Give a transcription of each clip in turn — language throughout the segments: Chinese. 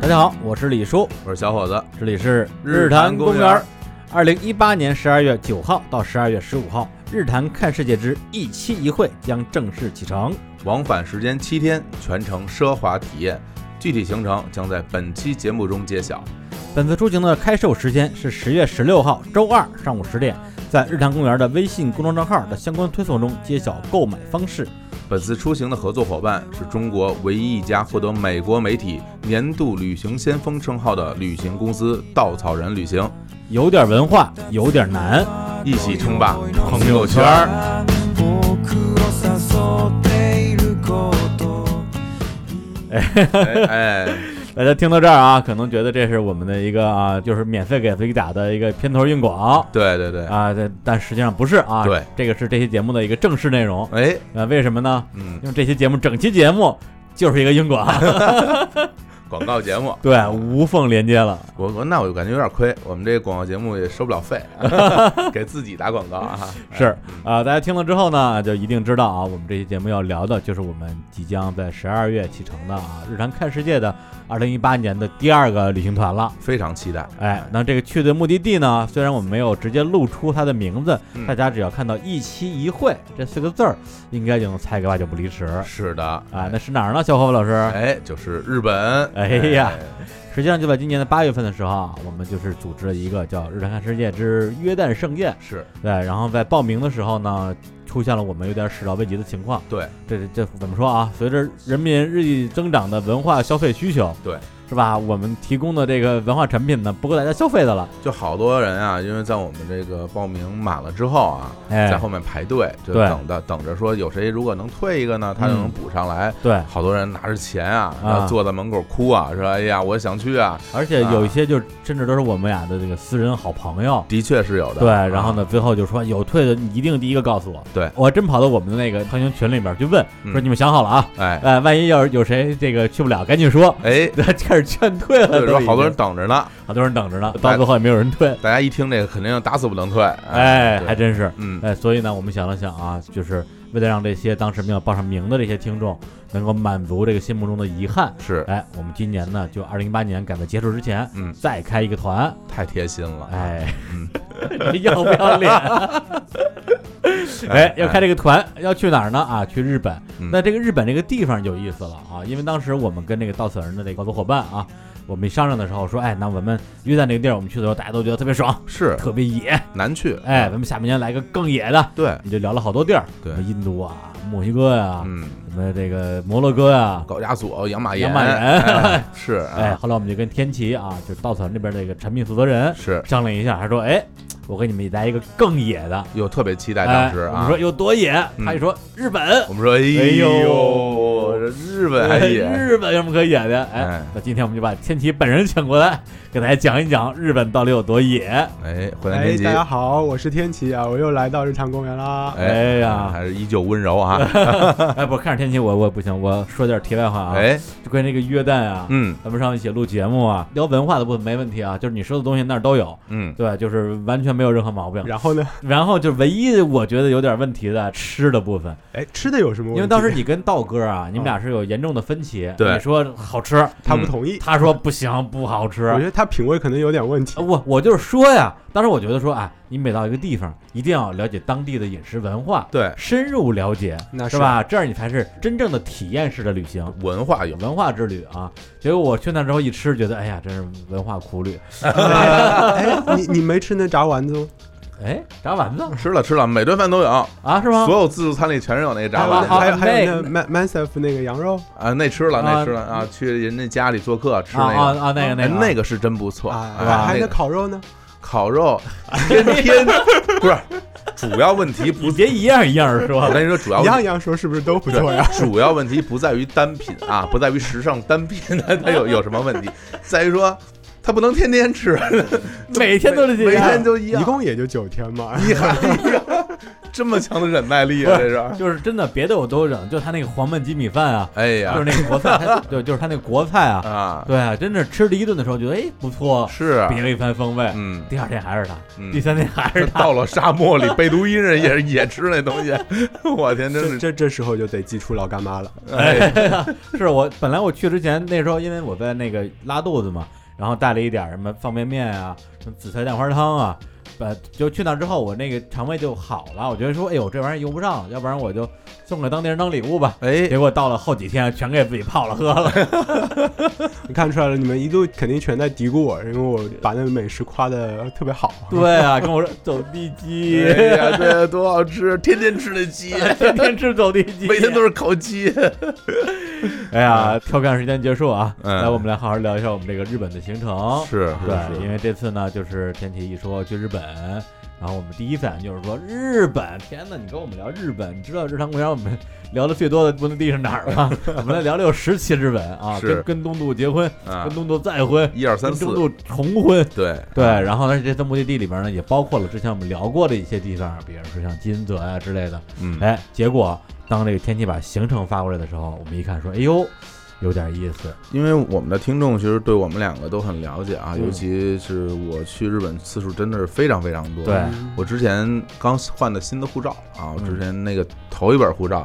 大家好，我是李叔，我是小伙子，这里是日坛坛公公园园。二零一八年十二月九号到十二月十五号，日坛看世界之一期一会将正式启程。往返时间七天，全程奢华体验，具体行程将在本期节目中揭晓。本次出行的开售时间是十月十六号周二上午十点，在日坛公园的微信公众账号的相关推送中揭晓购买方式。本次出行的合作伙伴是中国唯一一家获得美国媒体年度旅行先锋称号的旅行公司稻草人旅行，有点文化，有点难。一起称霸 朋友圈儿。僕を誘っていること哎，哎大家听到这儿啊，可能觉得这是我们的一个啊，就是免费给自己打的一个片头硬广对对对，啊，但但实际上不是啊。对，这个是这期节目的一个正式内容。哎，呃，为什么呢？嗯，因为这期节目整期节目就是一个硬 广，广告节目，对，无缝连接了。我我那我就感觉有点亏，我们这个广告节目也收不了费， 给自己打广告啊。是啊、呃大家听了之后呢，就一定知道啊，我们这期节目要聊的就是我们即将在十二月启程的啊，日常看世界的二零一八年的第二个旅行团了。非常期待，哎，那这个去的目的地呢，虽然我们没有直接露出它的名字，嗯大家只要看到“一期一会”这四个字儿，应该就能猜个八九不离十。是的，啊，那是哪儿呢，小伙伴老师？哎，就是日本，哎呀，实际上就在今年的八月份的时候啊，我们就是组织了一个叫“日常看世界之约旦盛宴是”。对，然后在报名的时候呢，出现了我们有点始料未及的情况。对，这这怎么说啊？随着人民日益增长的文化消费需求，对，是吧？我们提供的这个文化产品呢，不够大家消费的了。就好多人啊，因为在我们这个报名满了之后啊，哎在，后面排队，就对等着等着说有谁如果能退一个呢，他就能补上来。对，好多人拿着钱啊，嗯啊然后坐在门口哭啊，说：“哎呀，我想去啊而且有一些就甚至都是我们俩的这个私人好朋友！”。的确是有的。对，然后啊？呢，最后就说有退的，你一定第一个告诉我。对我还真跑到我们的那个航行群里边去问，说嗯你们想好了啊，哎呃，万一要是有谁这个去不了，赶紧说。 哎，他开始劝退了，所以都说已好多人哎经等着呢，好多人等着呢，大到最后也没有人退，大家一听这个肯定打死不能退。哎，对还真是，嗯，哎，所以呢，我们想了想啊，就是为了让这些当时没有报上名的这些听众能够满足这个心目中的遗憾，是哎，我们今年呢，就二零一八年赶在结束之前，嗯再开一个团，太贴心了。，哎，嗯， 你要不要脸？啊 哎，要开这个团，要去哪儿呢？啊，去日本。嗯那这个日本这个地方有意思了啊，因为当时我们跟那个稻草人的这个合作伙伴啊，我们一商量的时候说，哎，那我们约在那个地儿，我们去的时候，大家都觉得特别爽，是特别野。难去。哎，咱们下半年来个更野的。对，你就聊了好多地儿，对什么印度啊、墨西哥呀、嗯，什么这个摩洛哥呀、高加索、养马养马岩 哎是哎，啊后来我们就跟天琪啊，就是稻草人这边这个产品负责人是，商量一下，他说，哎，我给你们来一个更野的。又特别期待哎，当时我们啊说。有多野，嗯他一说日本，我们说，哎哎呦，这日本哎还野，日本有什么可野的？哎哎，那今天我们就把千玺本人请过来，给大家讲一讲日本到底有多野。哎，回南哎，天机大，家好，我是天琪啊，我又来到日常公园啦。哎呀还是依旧温柔啊，哎，不是看着天玺，我我不行，我说点题外话啊，哎，就关于这个约旦啊，嗯咱们上一起录节目啊，聊文化的部分没问题啊，就是你说的东西那儿都有，嗯，对，就是完全没有任何毛病。然后呢？然后就唯一我觉得有点问题的吃的部分，哎，吃的有什么问因题？为当时你跟道哥啊，你们俩是有严重的分歧，对你说好吃，他不同嗯意，他说不行，不好啊吃，呃我觉得他品味可能有点问题。哦我我就是说呀，当时我觉得说，哎，你每到一个地方，一定要了解当地的饮食文化，对，深入了解，那是？吧？这样你才是真正的体验式的旅行。文化有，文化之旅啊，结果我去那之后一吃，觉得哎呀，真是文化苦旅。哎，你你没吃那炸丸子 吗？哎，炸丸子吃了吃了，每顿饭都有，啊，是吗？哎所有自助餐里全是有那个炸丸好的还有那还有那 man mansef 那个羊肉啊，那吃了啊那吃了啊，去人家家里做客吃啊啊那个。啊，那个哎那个那个是真不错，啊，哎那还有那个烤肉呢？烤肉，天天不是主要问题不哎你，别一样一样啊我说，跟你说主要一问样题一样说是不是都不错 呀？主要问题不在于单品 啊，不在于时尚单品它它有有什么问题，在于说它不能天天吃，每天都是这啊每样天。都一 一样。共也就九天嘛。厉害，这么强的忍耐力啊，这是。就是真的别的我都忍，就他那个黄焖鸡米饭啊，哎呀，就是那个国菜， 他对，就是他那个国菜啊，啊，对啊，真的吃了一顿的时候觉得哎不错，是，啊别了一番风味。嗯，第二天还是他，嗯第三天还是 他，到了沙漠里，贝都因人也也吃那东西， 我天， 真这是，这这时候就得祭出老干妈了。哎，是我本来我去之前那时候，因为我在那个拉肚子嘛，然后带了一点儿什么方便面啊，什么紫菜蛋花汤啊，呃，就去那之后我那个肠胃就好了，我觉得说哎呦这玩意儿用不上，要不然我就送给当地人当礼物吧。哎，结果到了后几天，全给自己泡了喝了。 你看出来了，你们一度肯定全在嘀咕我，因为我把那个美食夸的特别好。对啊，跟我说走地鸡，哎呀，对，多好吃，天天吃那鸡，天天吃走地鸡，每天都是烤鸡， 哎呀，跳看时间结束啊，嗯来我们来好好聊一下我们这个日本的行程。是啊对，因为这次呢，就是天奇一说去日本，然后我们第一反应就是说日本，天哪，你跟我们聊日本，你知道日常公园我们聊的最多的目的地是哪儿 吗？我们来聊聊有十期日本啊，是跟跟东渡结婚，啊跟，东渡再婚，一二三跟四啊东，渡重婚。对，对，然后呢，这次目的地里边呢，也包括了之前我们聊过的一些地方，比如说像金泽啊之类的。嗯，哎，结果当这个天气把行程发过来的时候，我们一看说，哎呦，有点意思。因为我们的听众其实对我们两个都很了解啊，嗯尤其是我去日本次数真的是非常非常多。对我之前刚换的新的护照啊，我嗯之前那个头一本护照。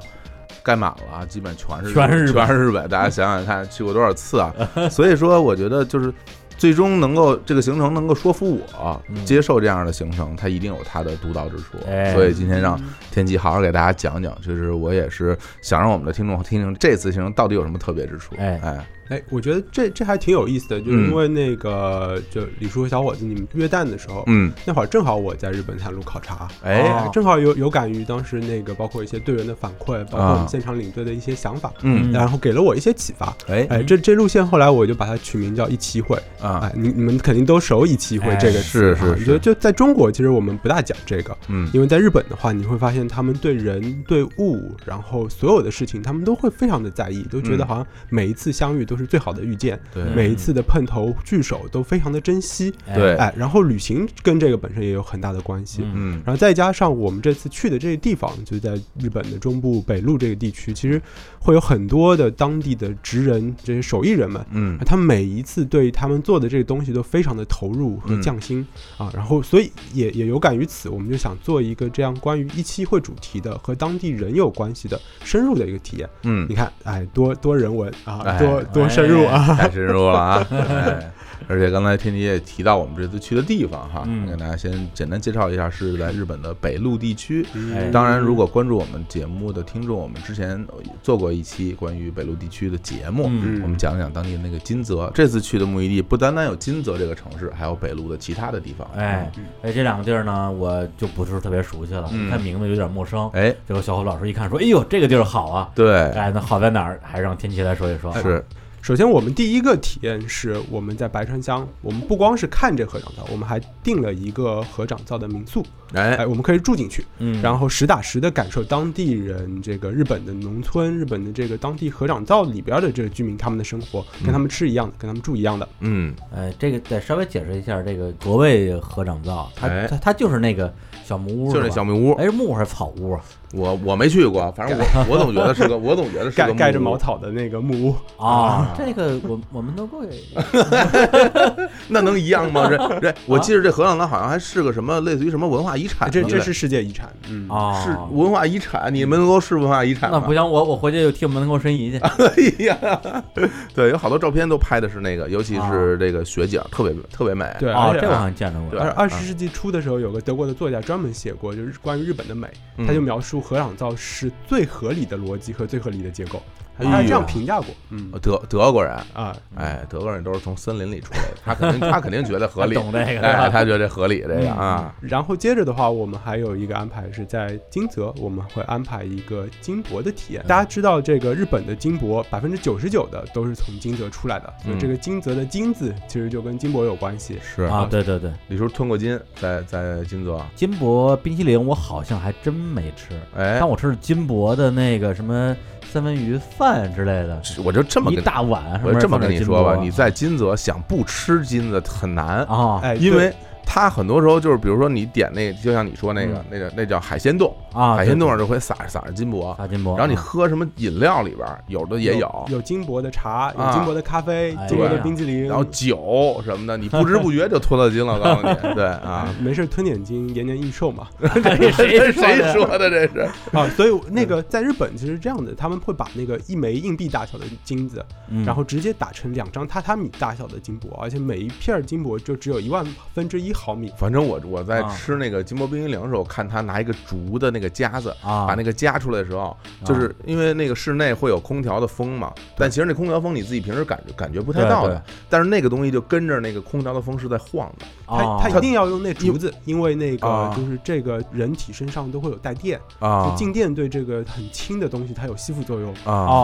盖满了啊，基本全是全是日本全是日 本，大家想想看，去过多少次啊？ 所以说，我觉得就是最终能够这个行程能够说服我嗯接受这样的行程，它一定有它的独到之处哎。所以今天让天琪好好给大家讲讲，就是我也是想让我们的听众听听这次行程到底有什么特别之处。哎哎，哎，我觉得这这还挺有意思的，就是嗯因为那个、就李叔和小伙子你们约旦的时候，嗯，那会儿正好我在日本探路考察，哎哦，正好有有感于当时那个包括一些队员的反馈，包括我们现场领队的一些想法，啊嗯，然后给了我一些启发。哎哎，这这路线后来我就把它取名叫一期一会。啊哎，，你你们肯定都熟一期一会哎这个是是词啊我觉得是就在中国，其实我们不大讲这个，嗯，因为在日本的话，你会发现他们对人、对物，然后所有的事情，他们都会非常的在意，都觉得嗯好像每一次相遇都是最好的遇见，对嗯每一次的碰头聚首都非常的珍惜。哎对，哎，然后旅行跟这个本身也有很大的关系。嗯嗯，然后再加上我们这次去的这个地方，就在日本的中部北路这个地区，其实会有很多的当地的职人，这些手艺人们，嗯，他们每一次对他们做的这个东西都非常的投入和匠心、嗯啊，然后所以也也有感于此，我们就想做一个这样关于一期会主题的和当地人有关系的深入的一个体验。嗯你，看，哎，多多人文哎啊，多多深入啊，太深入了啊！哎而且刚才天琪也提到我们这次去的地方哈，嗯给大家先简单介绍一下，是在日本的北陆地区。嗯哎当然，如果关注我们节目的听众，我们之前做过一期关于北陆地区的节目，嗯我们讲讲当地那个金泽。这次去的目的地不单单有金泽这个城市，还有北陆的其他的地方。哎，哎，这两个地儿呢，我就不是特别熟悉了，嗯看名字有点陌生。哎，结果小伙老师一看说：“哎呦，这个地儿好啊！”对，哎，那好在哪儿？还是让天奇来说一说。啊是，首先，我们第一个体验是我们在白川乡，我们不光是看这合掌灶，我们还订了一个合掌灶的民宿，哎，哎，我们可以住进去，嗯，然后实打实的感受当地人这个日本的农村、日本的这个当地合掌灶里边的这个居民他们的生活，跟他们吃一样的，跟他们住一样的。嗯，哎，这个再稍微解释一下，这个国卫合掌灶，它哎它它就是那个小木屋，就是是吧小木屋，哎，是木屋还是草屋啊？我我没去过，反正我我总觉得是个，我总觉得是个盖盖着木屋茅草的那个木屋，啊，这个我我们 都过去，那能一样吗？这这，我记得这合掌堂好像还是个什么类似于什么文化遗产之这类的，这是世界遗产。嗯，啊，是文化遗产，你们能够是文化遗产那吗？ 不行，我我回去就替门口申遗去。哎呀， 对，有好多照片都拍的是那个，尤其是这个雪景，特别特别美。对，啊，而这且我好像见着过。对啊而二十世纪初的时候，有个德国的作家专门写过，就是关于日本的美，嗯他就描述合掌灶是最合理的逻辑和最合理的结构，哎呀哦他是这样评价过。嗯德德国人，啊，哎，德国人都是从森林里出来的，他肯定他肯定觉得合理，懂这个哎，他觉得合理这个啊，然后接着的话，我们还有一个安排是在金泽，我们会安排一个金箔的体验。大家知道，这个日本的金箔百分之九十九的都是从金泽出来嗯的，所以这个金泽的金字其实就跟金箔有关系。是啊，对对对，李叔吞过金，在在金泽，金箔冰淇淋我好像还真没吃，哎但，我吃的金箔的那个什么三文鱼饭之类的，我就这么一跟，大碗。我就这么跟你说吧，你在在金泽想不吃金子很难啊，哎，因为它很多时候就是，比如说你点那个，就像你说那个嗯那个那叫海鲜冻，啊，海鲜冻对上就会撒撒着金箔，大金箔，然后你啊喝什么饮料里边儿有的也有，有金箔的茶，有啊金箔的咖啡哎，金箔的呀冰激凌，然后酒什么的，你不知不觉就吞了金了，告 诉你，对啊，没事吞点金，延年益寿 嘛。这这啊 谁 谁的说的这 是？啊，所以那个在日本其实是这样的，他们会把那个一枚硬币大小的金子，嗯然后直接打成两张榻榻米大小的金箔，而且每一片金箔就只有一万分之一毫米。反正我我在啊吃那个金箔冰激凌的时候，看他拿一个竹的那个夹子，啊，把那个夹出来的时候，就是因为那个室内会有空调的风嘛，但其实那空调风你自己平时感觉感觉不太对到对的，但是那个东西就跟着那个空调的风是在晃的。它啊它一定要用那竹子，因为那个啊就是这个人体身上都会有带电，啊就静电对这个很轻的东西它有吸附作用，啊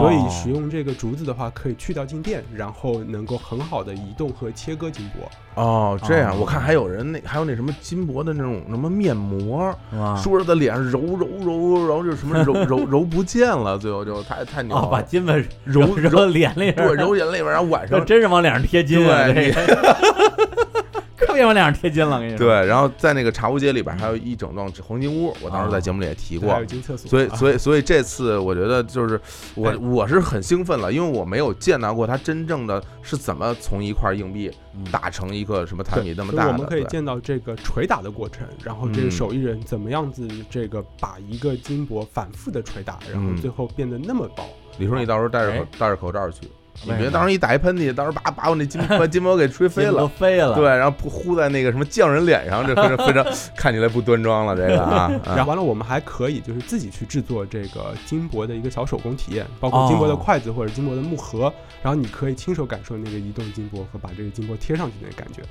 哦所以使用这个竹子的话可以去掉静电，然后能够很好的移动和切割金箔。哦，这样哦我看还有人那还有那什么金箔的那种什么面膜，啊说是在脸上揉揉揉揉揉，就什么揉揉揉不见了，最后就太太牛哦，把了，金子揉揉脸里边对儿，揉眼泪边，然后 晚这上真是往脸上贴金啊，对这个 可别往脸上贴金了，我跟你说。对，然后在那个茶屋街里边还有一整幢黄金屋，我当时在节目里也提过还有，金厕所，所以，啊所以，所以这次我觉得就是我哎我是很兴奋了，因为我没有见到过它真正的是怎么从一块硬币嗯打成一个什么榻对米那么所以大我的。们可以对见到这个捶打的过程，然后这嗯个手艺人怎么样子这个把一个金箔反复的捶打，然后嗯最后变得那么薄。李叔，你到时候戴着口哎戴着口罩去，你哎为什别么到时候一打一喷嚏，到时候把把我那 金把金箔给吹金飞子都了。飞了，对，然后扑呼在那个什么匠人脸上，这非常非 常看起来不端庄了，这个啊，啊然后完了，我们还可以就是自己去制作这个金箔的一个小手工体验，包括金箔的哦筷子或者金箔的木盒，然后你可以亲手感受那个移动金箔和把这个金箔贴上去那个感觉。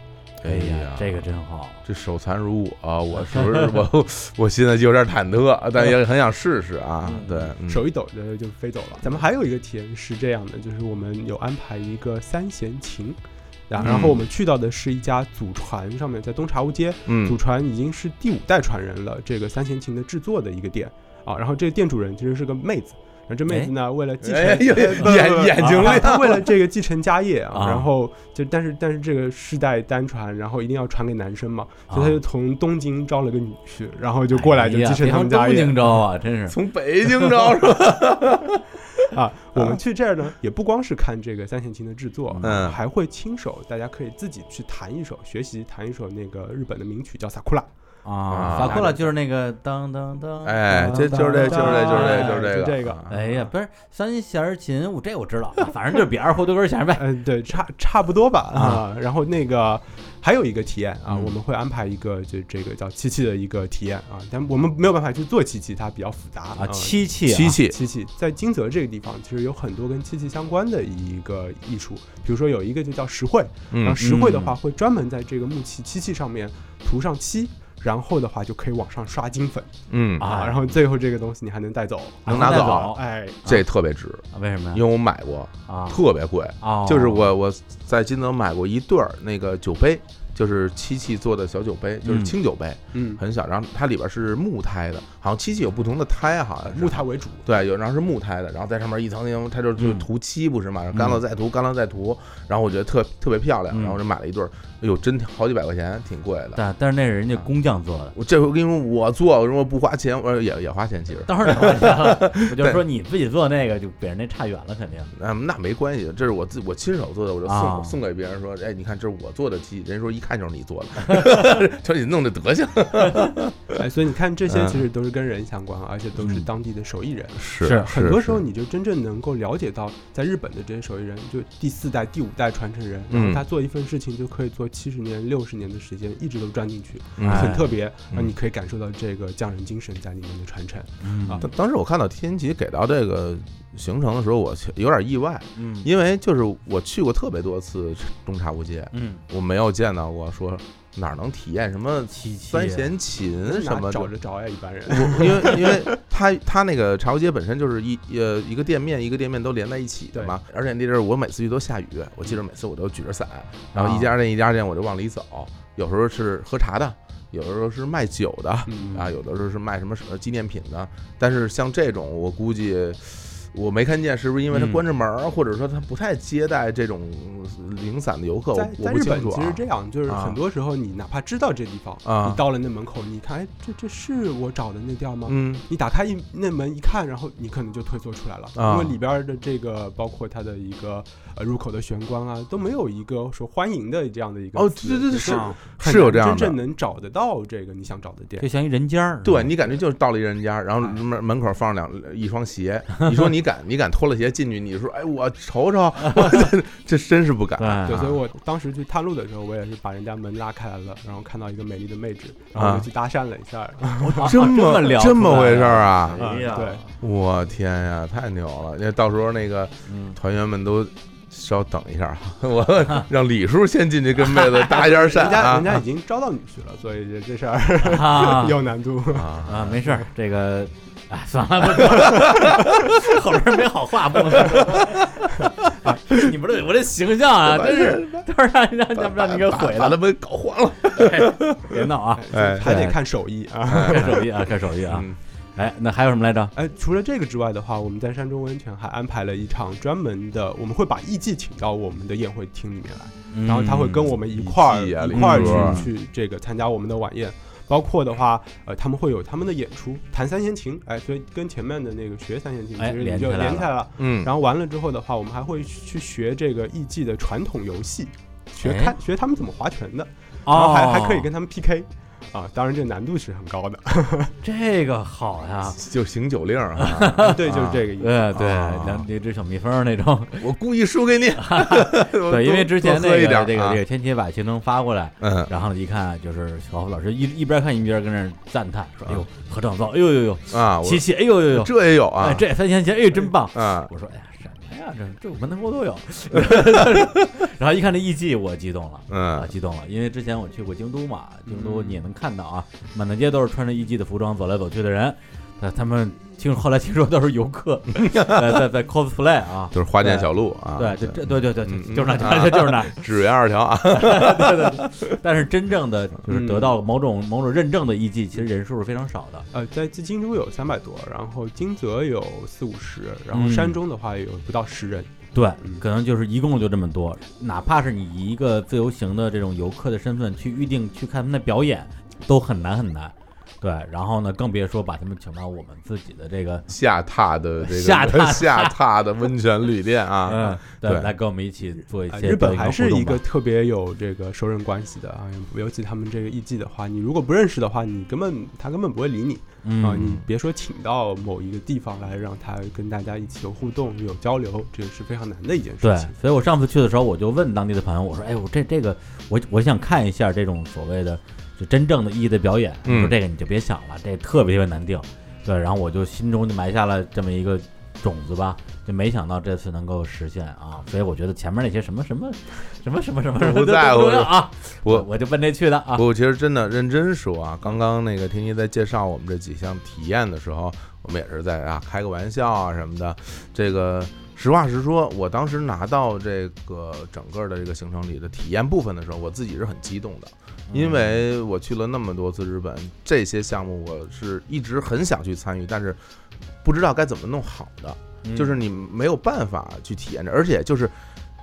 哎呀，这个真好，这手残如我、啊我是不是我 我现在就有点忐忑，但也很想试试啊。嗯对，嗯手一抖着就飞走了。咱们还有一个体验是这样的，就是我们有安排一个三弦琴，然嗯然后我们去到的是一家祖传上面，在东茶屋街，祖嗯传已经是第五代传人了，这个三弦琴的制作的一个店啊。然后这个店主人其实是个妹子，然后这妹子呢，为了继承哎呦 眼眼睛啊亮她为了这个继承家业啊，啊然后就但是但是这个世代单传，然后一定要传给男生嘛，所以她就从东京招了个女婿，然后就过来就继承他们家啊哎呀别往东业。京招啊，真是 从北京招 是吧？啊，我们去这儿呢，也不光是看这个三弦琴的制作，啊嗯还会亲手，大家可以自己去弹一首，学习弹一首那个日本的名曲叫《萨库拉》。啊，法库拉就是那个当当当，哎，这就是这，就是这，就是这，就是这个，啊就这个哎呀，不是三弦琴，我这我知道，啊反正就是比二胡多根弦 呗。嗯，对，差差不多吧啊啊。然后那个还有一个体验啊，嗯我们会安排一个就这个叫漆器的一个体验啊，但我们没有办法去做漆器，它比较复杂啊，哦嗯漆器啊，漆器漆器在金泽这个地方，其实有很多跟漆器相关的一个艺术，比如说有一个就叫石绘，然后嗯石绘的话会专门在这个木器漆器上面涂上漆，然后的话就可以往上刷金粉嗯，啊啊，然后最后这个东西你还能带走，能啊拿走走，哎，这特别值，啊为什么因呀？为我买过，啊特别贵。啊，就是我我在金泽买过一对儿那个酒杯，就是漆器做的小酒杯，就是嗯清酒杯，嗯，很小，然后它里边是木胎的，好像漆器有不同的胎，好像是木。材为主，对，有然后是木胎的，然后在上面一层一层，它就就嗯涂漆不是嘛，然后干了再涂，干了再涂，然后我觉得特特别漂亮，嗯然后我就买了一对儿，哎呦，真好几百块钱，挺贵的。但但是那是人家工匠做的，我这回跟你说，我做，我说不花钱，我说也也花钱，其实，当然花钱了。我就说你自己做那个就比人那差远了，肯定。嗯，那没关系，这是我自我亲手做的，我就送、啊送给别人说，哎，你看这是我做的鸡，人家说一看就是你做的，瞧你弄这德行，哎，所以你看这些嗯其实都是跟人相关，而且都是嗯当地的手艺人。是是很多时候你就真正能够了解到，在日本的这些手艺人，就第四代、第五代传承人，然嗯后他做一份事情就可以做七十年、六十年的时间，一直都钻进去，嗯哎很特别。嗯然后你可以感受到这个匠人精神在里面的传承。嗯 当当时我看到天琪给到这个行程的时候，我其有点意外，嗯因为就是我去过特别多次东茶屋街，嗯，我没有见到过说哪儿能体验什么漆器三弦琴什哪么的找。着着呀，一 般人。我因为因为它它那个茶屋街本身就是一呃一个店面一个店面都连在一起的嘛，而且那阵儿我每次去都下雨，我记得每次我都举着伞，然啊后一家店一家店我就往里走，有时候是喝茶的，有时候是卖酒的，嗯啊，有的时候是卖什么什么纪念品的，但是像这种我估计。我没看见是不是因为它嗯关着门儿，或者说它不太接待这种零散的游客？在我我在不日清本楚其实啊。这样，就是啊很多时候你哪怕知道这地方，啊你到了那门口，你看，哎，这这是我找的那地儿吗？嗯你打开一那门一看，然后你可能就退缩出来了，啊因为里边的这个包括它的一个呃入口的玄关啊，都没有一个说欢迎的这样的一个哦词对对对就是很是有难这样的真正能找得到这个你想找的店就。像一人尖儿。对你感觉就是到了一人家，然后哎门门口放两一 双鞋，你说你敢你敢脱了鞋进去？你说哎我 瞅瞅， 我这真是不敢。对对，啊所以我当时去探路的时候，我也是把人家门拉开来了，然后看到一个美丽的妹纸，然后我啊就去搭讪了一 下。这这么么聊这出么来啊回事儿哎啊！呀，对，我天呀，太牛了！那到时候那个嗯，团员们都稍等一 下啊，我让李叔先进去跟妹子搭一下讪 人家人啊家已经招到女婿了，所以这这事儿 啊 有难度。啊！啊，没事儿，这个啊，算了，不说了后边没好话不能说。 你不是我这形象啊，真是都是让让让让你给毁把把了他，们搞黄了。别闹啊！哎还得对看手艺啊。看手艺啊，看手艺啊！嗯哎，那还有什么来着？哎，除了这个之外的话，我们在山中温泉还安排了一场专门的，我们会把艺伎请到我们的宴会厅里面来，嗯然后他会跟我们一块儿、艺伎啊一块林哥儿去去这个参加我们的晚宴。包括的话，呃，他们会有他们的演出，弹三弦琴，哎，所以跟前面的那个学三弦琴其哎实连你就起来连起来了。嗯，然后完了之后的话，我们还会去学这个艺伎的传统游戏，学看、学他们怎么划拳的，然后哎哦，还、还可以跟他们 PK，啊，当然这难度是很高的。 这个好呀。就行酒令儿啊！对，就是这个意思。呃，对，啊两一只小蜜蜂那种，我故意输 给你。对，对因为之前那一点个儿这个啊这个天蝎把行程发过来，嗯，然后一看就是小虎老师一一边看一边跟那儿赞叹说：“哎呦，合掌造，哎呦呦呦，啊，琪我琪，哎呦呦呦，这也有啊哎，，这三千钱，哎，真棒！啊，我说，哎呀，什么呀，这这我门头沟都有。 然后一看这艺伎，我激动了，啊，嗯，激动了，因为之前我去过京都嘛，京都嗯你也能看到啊，满大街都是穿着艺伎的服装走来走去的人，他他们听后来听说都是游客， 在在在 cosplay 啊，就是花店小路啊，对，这这对对对，嗯就就是那，嗯啊 就就是 那，只缘二条啊，对对对。但是真正的就是嗯得到某种某种认证的艺伎，其实人数是非常少的。呃，在京京都有三百多，然后金泽有四五十，然后嗯山中的话也有不到十人。对嗯，可能就是一共就这么多。哪怕是你以一个自由行的这种游客的身份去预定去看他们的表演，都很难很难。对，然后呢，更别说把他们请到我们自己的这个，下榻的这个 下榻 下榻的温泉旅店啊， 嗯，对，对来跟我们一起做一呃些日做本还是活动一个吧特别有这个熟人关系的啊，尤其他们这个艺伎的话，你如果不认识的话，你根本他根本不会理你啊、嗯你别说请到某一个地方来让他跟大家一起有互动、有交流，这个是非常难的一件对事情。，所以我上次去的时候，我就问当地的朋友，我说：“哎，我这这个，我我想看一下这种所谓的就真正的意义的表演。嗯说这个你就别想了，这特别特别难定。对，然后我就心中就埋下了这么一个种子吧，就没想到这次能够实现啊。所以我觉得前面那些什么什么什么什么什么什么不都在乎不重要啊，我我就奔这去的啊不。过其实真的认真说啊，刚刚那个天一在介绍我们这几项体验的时候，我们也是在啊开个玩笑啊什么的。这个实话实说，我当时拿到这个整个的这个行程里的体验部分的时候，我自己是很激动的，因嗯为我去了那么多次日本，这些项目我是一直很想去参与，但是不知道该怎么弄好的。嗯就是你没有办法去体验这，而且就是，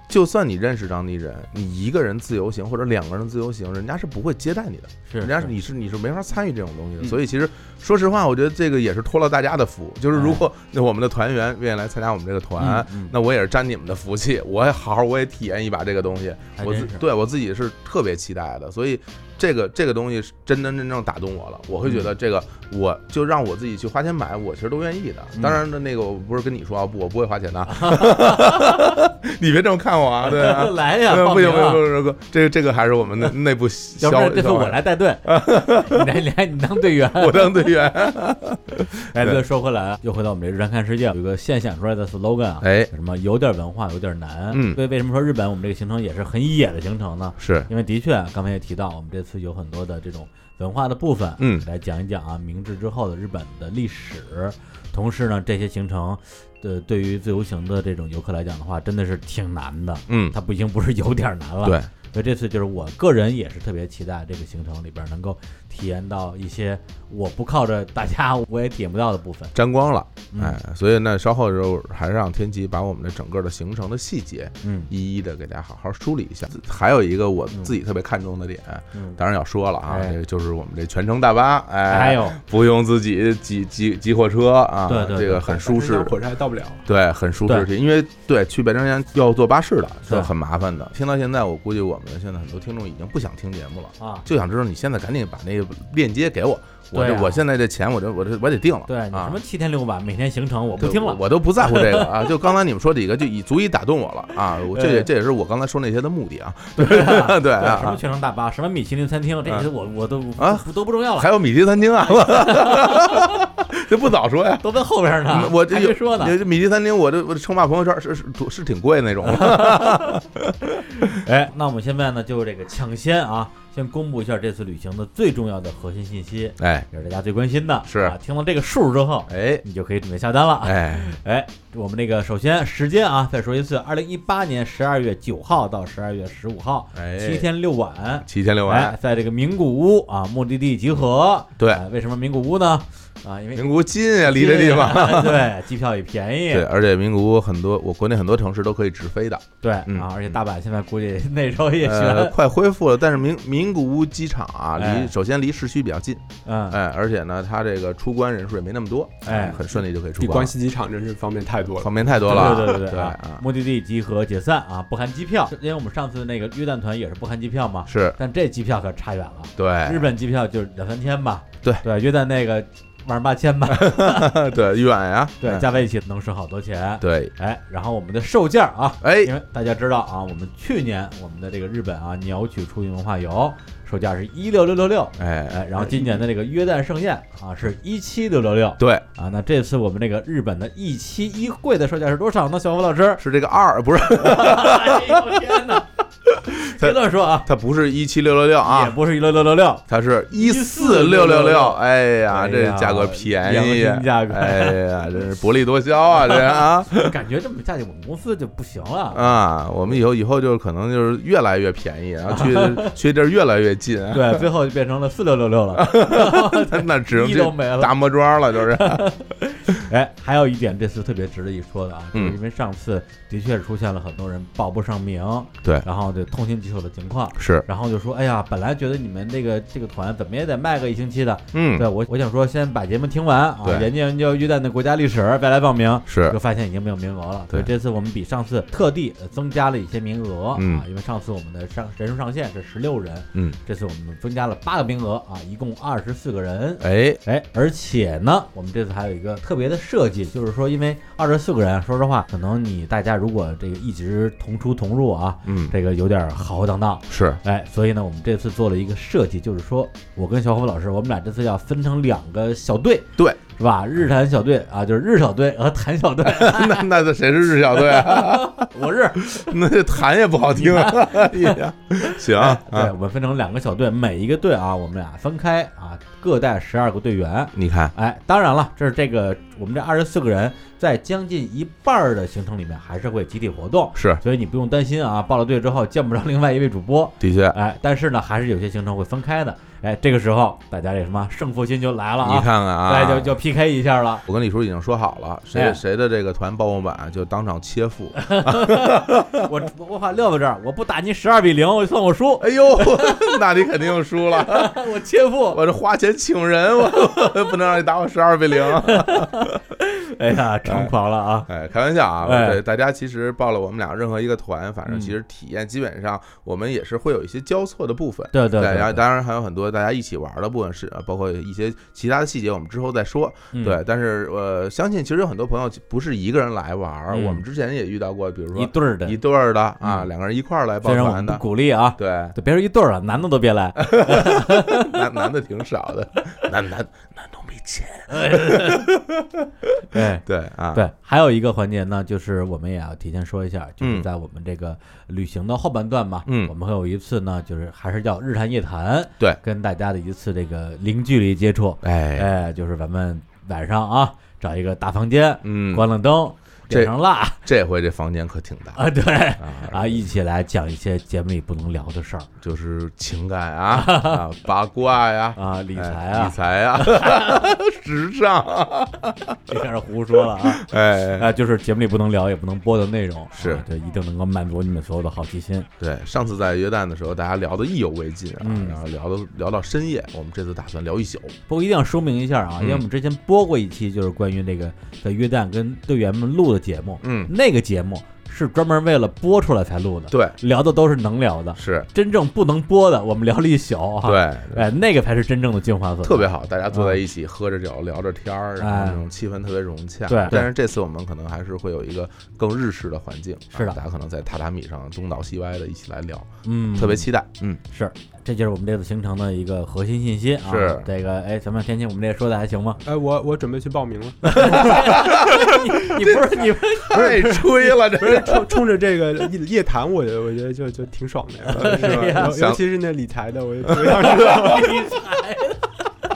就算你认识当地人，你一个人自由行或者两个人自由行，人家是不会接待你的，是人嗯家是是你是你是没法参与这种东西的。嗯所以其实说实话，我觉得这个也是托了大家的福，就是如果那我们的团员愿意来参加我们这个团。哎嗯嗯那我也是沾你们的福气，我也好好我也体验一把这个东西，嗯还我真自是对我自己是特别期待的，所以这个这个东西是真真正正打动我了，我会觉嗯得这个我就让我自己去花钱买，我其实都愿意的。嗯，当然的那个我不是跟你说啊，不我不会花钱的啊，你别这么看我啊，对啊 来呀，嗯报 不行名不行啊不，行不行，这个这个还是我们 的内部消要不然这次消化我来带 队，你来你来你当队员，我当队 员，哎，对对，说回来啊，又回到我们这日常看世界，有一个现想出来的 slogan 啊，哎，什么有点文化，有点难。嗯所以为什么说日本我们这个行程也是很野的行程呢？是，因为的确，刚才也提到，我们这次有很多的这种文化的部分，嗯来讲一讲啊，明治之后的日本的历史。同时呢，这些行程，呃，对于自由行的这种游客来讲的话，真的是挺难的。嗯，它不已经不是有点难了，对，所以这次就是我个人也是特别期待这个行程里边能够体验到一些我不靠着大家我也体验不到的部分。沾光了，嗯哎，所以呢，稍后的时候还是让天琪把我们的整个的行程的细节嗯一一的给大家好好梳理一下。还有一个我嗯自己特别看重的点，嗯，当然要说了啊，哎这个就是我们这全程大巴，哎，还有啊不用自己挤挤挤火车啊，对对对这个很舒适反正。火车还到不了。对，很舒适，对因为对去北京之前要坐巴士的，是对很麻烦的。听到现在，我估计我们现在很多听众已经不想听节目了，啊，就想知道你现在赶紧把那个链接给我，我对这啊我现在这钱我这我这我得定了，对你啊什么七天六晚，每天行程我不对听我了。我都不在乎这个 啊。就刚才你们说几个，就已足以打动我了啊。我这也这也是我刚才说那些的目的啊。对啊 对对，什么啊，全程大巴，什么米其林餐厅，这些我我都啊不都不重要了，还有米其餐 厅啊，这不早说呀。都在后边呢。嗯我这啊还有没说呢。有米其餐厅，我这我这称霸朋友圈是是是挺贵那种。啊哎，那我们现在呢，就这个抢先啊，先公布一下这次旅行的最重要的核心信息， 哎也是大家最关心的。是啊，听到这个数之后，哎你就可以准备下单了。哎，哎，我们那个首先时间啊，再说一次，二零一八年十二月九号到十二月十五号，哎七天六晚。七千六哎万，，在这个名古屋啊，目的地集合。对哎为什么名古屋呢？啊，因为名古屋近呀，离这地方。方 对，机票也便宜。对，而且名古屋很多，我国内很多城市都可以直飞的，对嗯啊，而且大阪现在估计那时候也呃，悬，快恢复了。但是名名古屋机场啊，哎离首先离市区比较近，嗯，哎，而且呢，它这个出关人数也没那么多，哎很顺利就可以出比关关了，西机场真是方便太多了。方便太多了啊。对对对对啊啊，，目的地集合解散啊，不含机票，因为我们上次那个约旦团也是不含机票嘛，是，但这机票可差远了，日对，本机票就是两三千吧，对哎对，约旦那个万八千 吧，对，远呀，对，嗯加在一起能省好多钱，对，哎，然后我们的售价啊，哎因，为大家知道啊，我们去年我们的这个日本啊鸟取出云文化游售价是一六六六六，哎，哎，然后今年的这个约旦盛宴啊是一七六六六对，，啊，那这次我们这个日本的一期一会的售价是多少呢？小吴老师是这个二，不是， 哎呦天哪，别乱说啊，它不是一七六六也六啊，不是一六六六六，它是一四六六六，哎呀，哎呀这价格便宜良，心价格哎呀，真是薄利多 销啊，这啊感觉这么下去我们公司就不行了。啊，我们以后以后就是可能就是越来越便宜，然后去 去地儿越来越近， 对，最后就变成了四六六六了。 那只能一去都没了大魔庄了，就是，哎，还有一点，这次特别值得一说的啊，就是嗯因为上次的确是出现了很多人报不上名，对然后这痛心疾首的情况，是，然后就说，哎呀，本来觉得你们这个这个团怎么也得卖个一星期的，嗯对，我我想说先把节目听完啊，对研究研究约旦的国家历史，再来报名。是就，发现已经没有名额了，所以对这次我们比上次特地呃增加了一些名额、嗯啊，因为上次我们的上人数上限是十六人，嗯，这次我们增加了八个名额啊，一共二十四个人。哎，哎，而且呢，我们这次还有一个特别的设计，就是说，因为二十四个人，说实话，可能你大家如果这个一直同出同入啊，嗯，这个有点浩浩荡荡。是，哎，所以呢，我们这次做了一个设计，就是说我跟小虎老师，我们俩这次要分成两个小队，对， 是吧？日坛小队啊，就是日小队和谭小队，那那这谁是日小队啊？ 我日，那这弹也不好听 啊！哎呀行啊，对，我们分成两个小队，每一个队啊，我们俩分开啊，各带十二个队员。你看，哎，当然了，这是这个我们这二十四个人在将近一半儿的行程里面还是会集体活动，是所以你不用担心啊，报了队之后见不着另外一位主播。的确，哎，但是呢，还是有些行程会分开的。哎，这个时候大家这什么胜负心就来了你啊！看看啊，哎，就就 PK 一下了。我跟李叔已经说好了，谁哎谁的这个团报幕版就当场切 腹。我我把撂到这儿，我不打你十二比零，我就算我输， 哎呦，那你肯定输了。 我切腹。我这花钱请人，我不能让你打我十二比零。哎呀，猖狂了啊！哎，开玩笑啊！哎对，大家其实报了我们俩任何一个团，反正嗯其实体验基本上我们也是会有一些交错的部分。对对然后对，当然还有很多大家一起玩的部分是，呃包括一些其他的细节，我们之后再说。嗯对，但是呃，相信其实有很多朋友不是一个人来玩儿，嗯我们之前也遇到过，比如一说对儿的嗯一，对儿的啊，嗯两个人一块儿来抱虽然我团们不的，鼓励啊，对，对，别说一对儿了，男的都别 来。男男的挺少的， 男男男都没钱，对。对啊，对，还有一个环节呢，就是我们也要提前说一下，就是嗯在我们这个旅行的后半段嘛，嗯我们会有一次呢，就是还是叫日谈夜谈，对跟大家的一次这个零距离接触，哎，哎，就是咱们晚上啊，找一个大房间，嗯，关了灯，点上蜡这回这房间可挺大 啊，对啊啊，一起来讲一些节目里不能聊的事儿就是情感 啊、啊八卦呀、啊，理理财理啊，财啊， 时尚啊， 别开始胡说了啊。 哎，啊，就是节目里不能聊也不能播的内容，是啊对，一定能够满足你们所有的好奇心。对，上次在约旦的时候，大家聊的意犹未尽啊，嗯然后聊的聊到深夜，我们这次打算聊一宿，不过一定要说明一下啊，嗯因为我们之前播过一期，就是关于那个在约旦跟队员们录的节目，嗯，那个节目是专门为了播出来才录的，对，聊的都是能聊的，是，真正不能播的，我们聊了一宿哈。，对，哎，那个才是真正的进化论，特别好，大家坐在一起喝着酒聊着天儿，然后那种气氛特别融洽。哎对但是这次我们可能还是会有一个更日式的环境，啊是的大家可能在榻榻米上东倒西歪的一起来聊，嗯，特别期待。 嗯，是。这就是我们这次行程的一个核心信息啊。是这个，哎，咱们天晴，我们这说的还行 吗？哎，我我准备去报名了，你你不是你不是太哎吹了，这不是冲冲着这个夜夜谈，我觉得我觉得就就挺爽 的呀，是哎呀吧？尤想尤其是那理财的，我就特别想知道。理财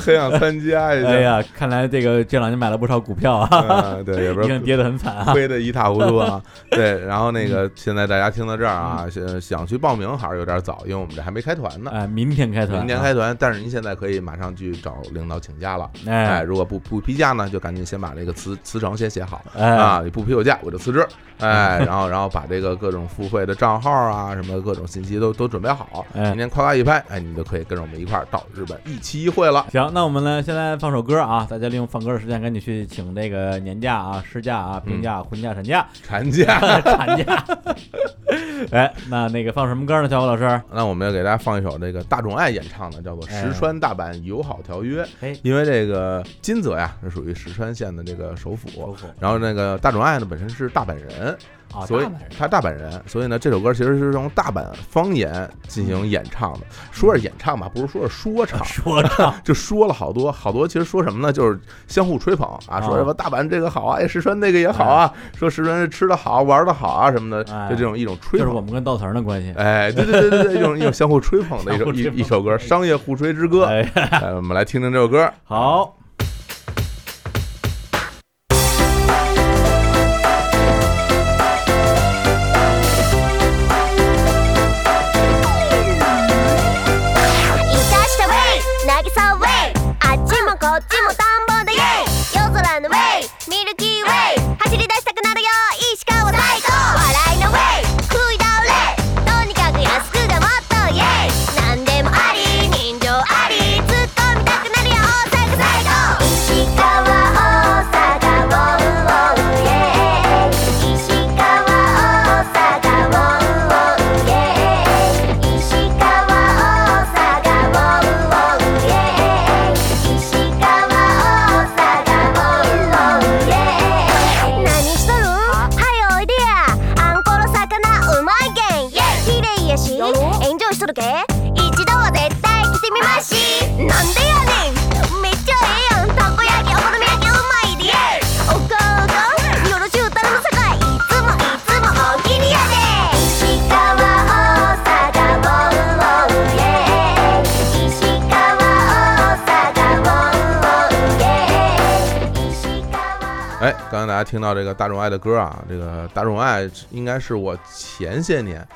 很想参加一下。哎呀，看来这个这两年买了不少股票啊，啊，对，要不已经然跌得很惨啊。亏的一塌糊涂啊。对，然后那个现在大家听到这儿啊，嗯想想去报名还是有点早，因为我们这还没开团呢。哎，明天开团，明年开团，但是您现在可以马上去找领导请假了。哎，哎如果不不批假呢，就赶紧先把这个辞辞呈先写好。哎，嗯啊，你不批我假我就辞职，哎，然后然后把这个各种付费的账号啊，什么各种信息都都准备好，哎明天夸夸一拍，哎，你就可以跟着我们一块儿到日本一期一会了。行，那我们呢，现在放首歌啊，大家利用放歌的时间，赶紧去请这个年假啊、事假啊、病假、婚假、产 假、产假，产假。 哎，那那个放什么歌呢，小虎老师？那我们要给大家放一首这个大众爱演唱的，叫做《哎石川大阪友好条约》，哎因为这个金泽呀是属于石川县的这个首府。虎然后那个大众爱呢本身是大阪人，啊，所以大阪人他大阪人，所以呢这首歌其实是用大阪方言进行演唱的。嗯说是演唱吧，不是说是说唱，说唱，就说了好多好多，其实说什么呢？就是相互吹捧啊，说什么大阪这个好啊，哎，石川那个也好啊，说石川吃的好，玩的好啊什么的，哎就这种一种吹就是我捧。们跟道词儿的关系。 哎，对对对对对，一种一种相互吹捧的一首相互吹捧一一首歌，《商业互吹之歌》哎，哎。我们来听听这首歌。好，いたしたウェイ渚ウェイあっちもこっちも田んぼだイェイ夜空のウェイミルキーウェイ走り出したくなるよ石川大高笑いのウェイ食い倒れとにかく安くがもっとイェイ何でもあり人情ありずっと見たくなるよ大阪最高石川大阪ウォンウォンイェイ石川大阪ウォンウォンイェイ石川大阪ウォンウォンイエーイ石川大阪ウォンウォンイエーイ何しとるんはいおいでやあんこの魚うまいけんイエイ綺麗やしエンジョイしとるけ一度は絶対来てみましなんでやねんめっちゃええやんたこ焼きお好み焼きうまいでイエイおかおかよろしゅう頼むさかいいつもいつもおおきにやで石川大阪ウォンウォンイエーイ石川大阪ウォンウォンイエーイ石川哎，刚才大家听到这个大众爱的歌啊，这个大众爱应该是我前些年，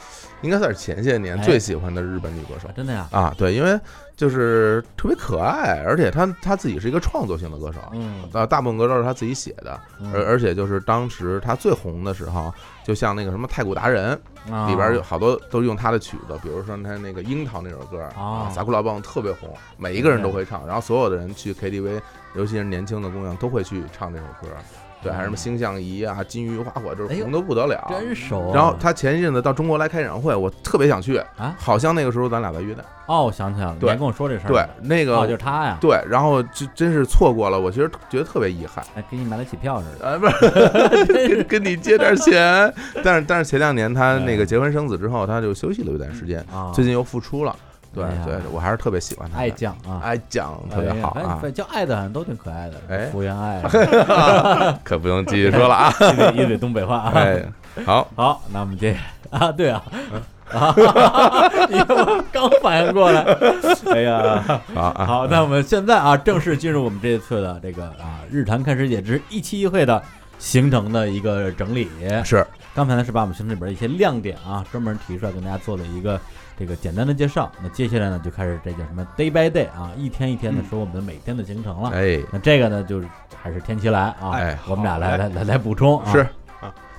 应该算是前些年哎最喜欢的日本女歌手啊。真的呀，啊，对，因为就是特别可爱，而且她她自己是一个创作性的歌手，嗯，呃，大部分歌都是他自己写的，嗯而而且就是当时他最红的时候，就像那个什么太鼓达人啊里边有好多都用他的曲子，比如说他那个樱桃那首歌哦啊，萨库拉棒特别红，每一个人都会唱，然后所有的人去 KTV，尤其是年轻的姑娘都会去唱这首歌，对，还有什么星象仪啊、金鱼花火，就嗯哎是呦红的不得了。真熟啊。然后他前一阵子到中国来开演唱会，我特别想去啊好像那个时候咱俩在约旦，哦，我想起来了，你对还跟我说这事儿，对，，那哦，就是个。他呀，对，然后就真是错过了，我其实觉得特别遗憾。哎，给你买了起票似的。啊，不是跟跟你借点钱，但是但是前两年他那个结婚生子之后，他就休息了一段时间，哎啊，最近又复出了。对哎呀对，我还是特别喜欢他的，爱酱啊，爱讲特别好啊，叫爱的好像都挺可爱的，哎福原 爱，啊可不用继续说 了啊。一嘴一嘴东北话啊。哎，好，好，那我们接啊，对啊，嗯啊， 你我刚反应过 来，哎呀，好啊，好，那我们现在啊，正式进入我们这次的这个啊日坛看世界之一期一会的行程的一个整理。是刚才呢是把我们行程里边的一些亮点啊，专门提出来跟大家做了一个这个简单的介绍。那接下来呢就开始这叫什么 day by day 啊，一天一天的说我们每天的行程了。哎那这个呢就是还是天奇来啊，哎我们俩好来嘞来来来补充啊。是，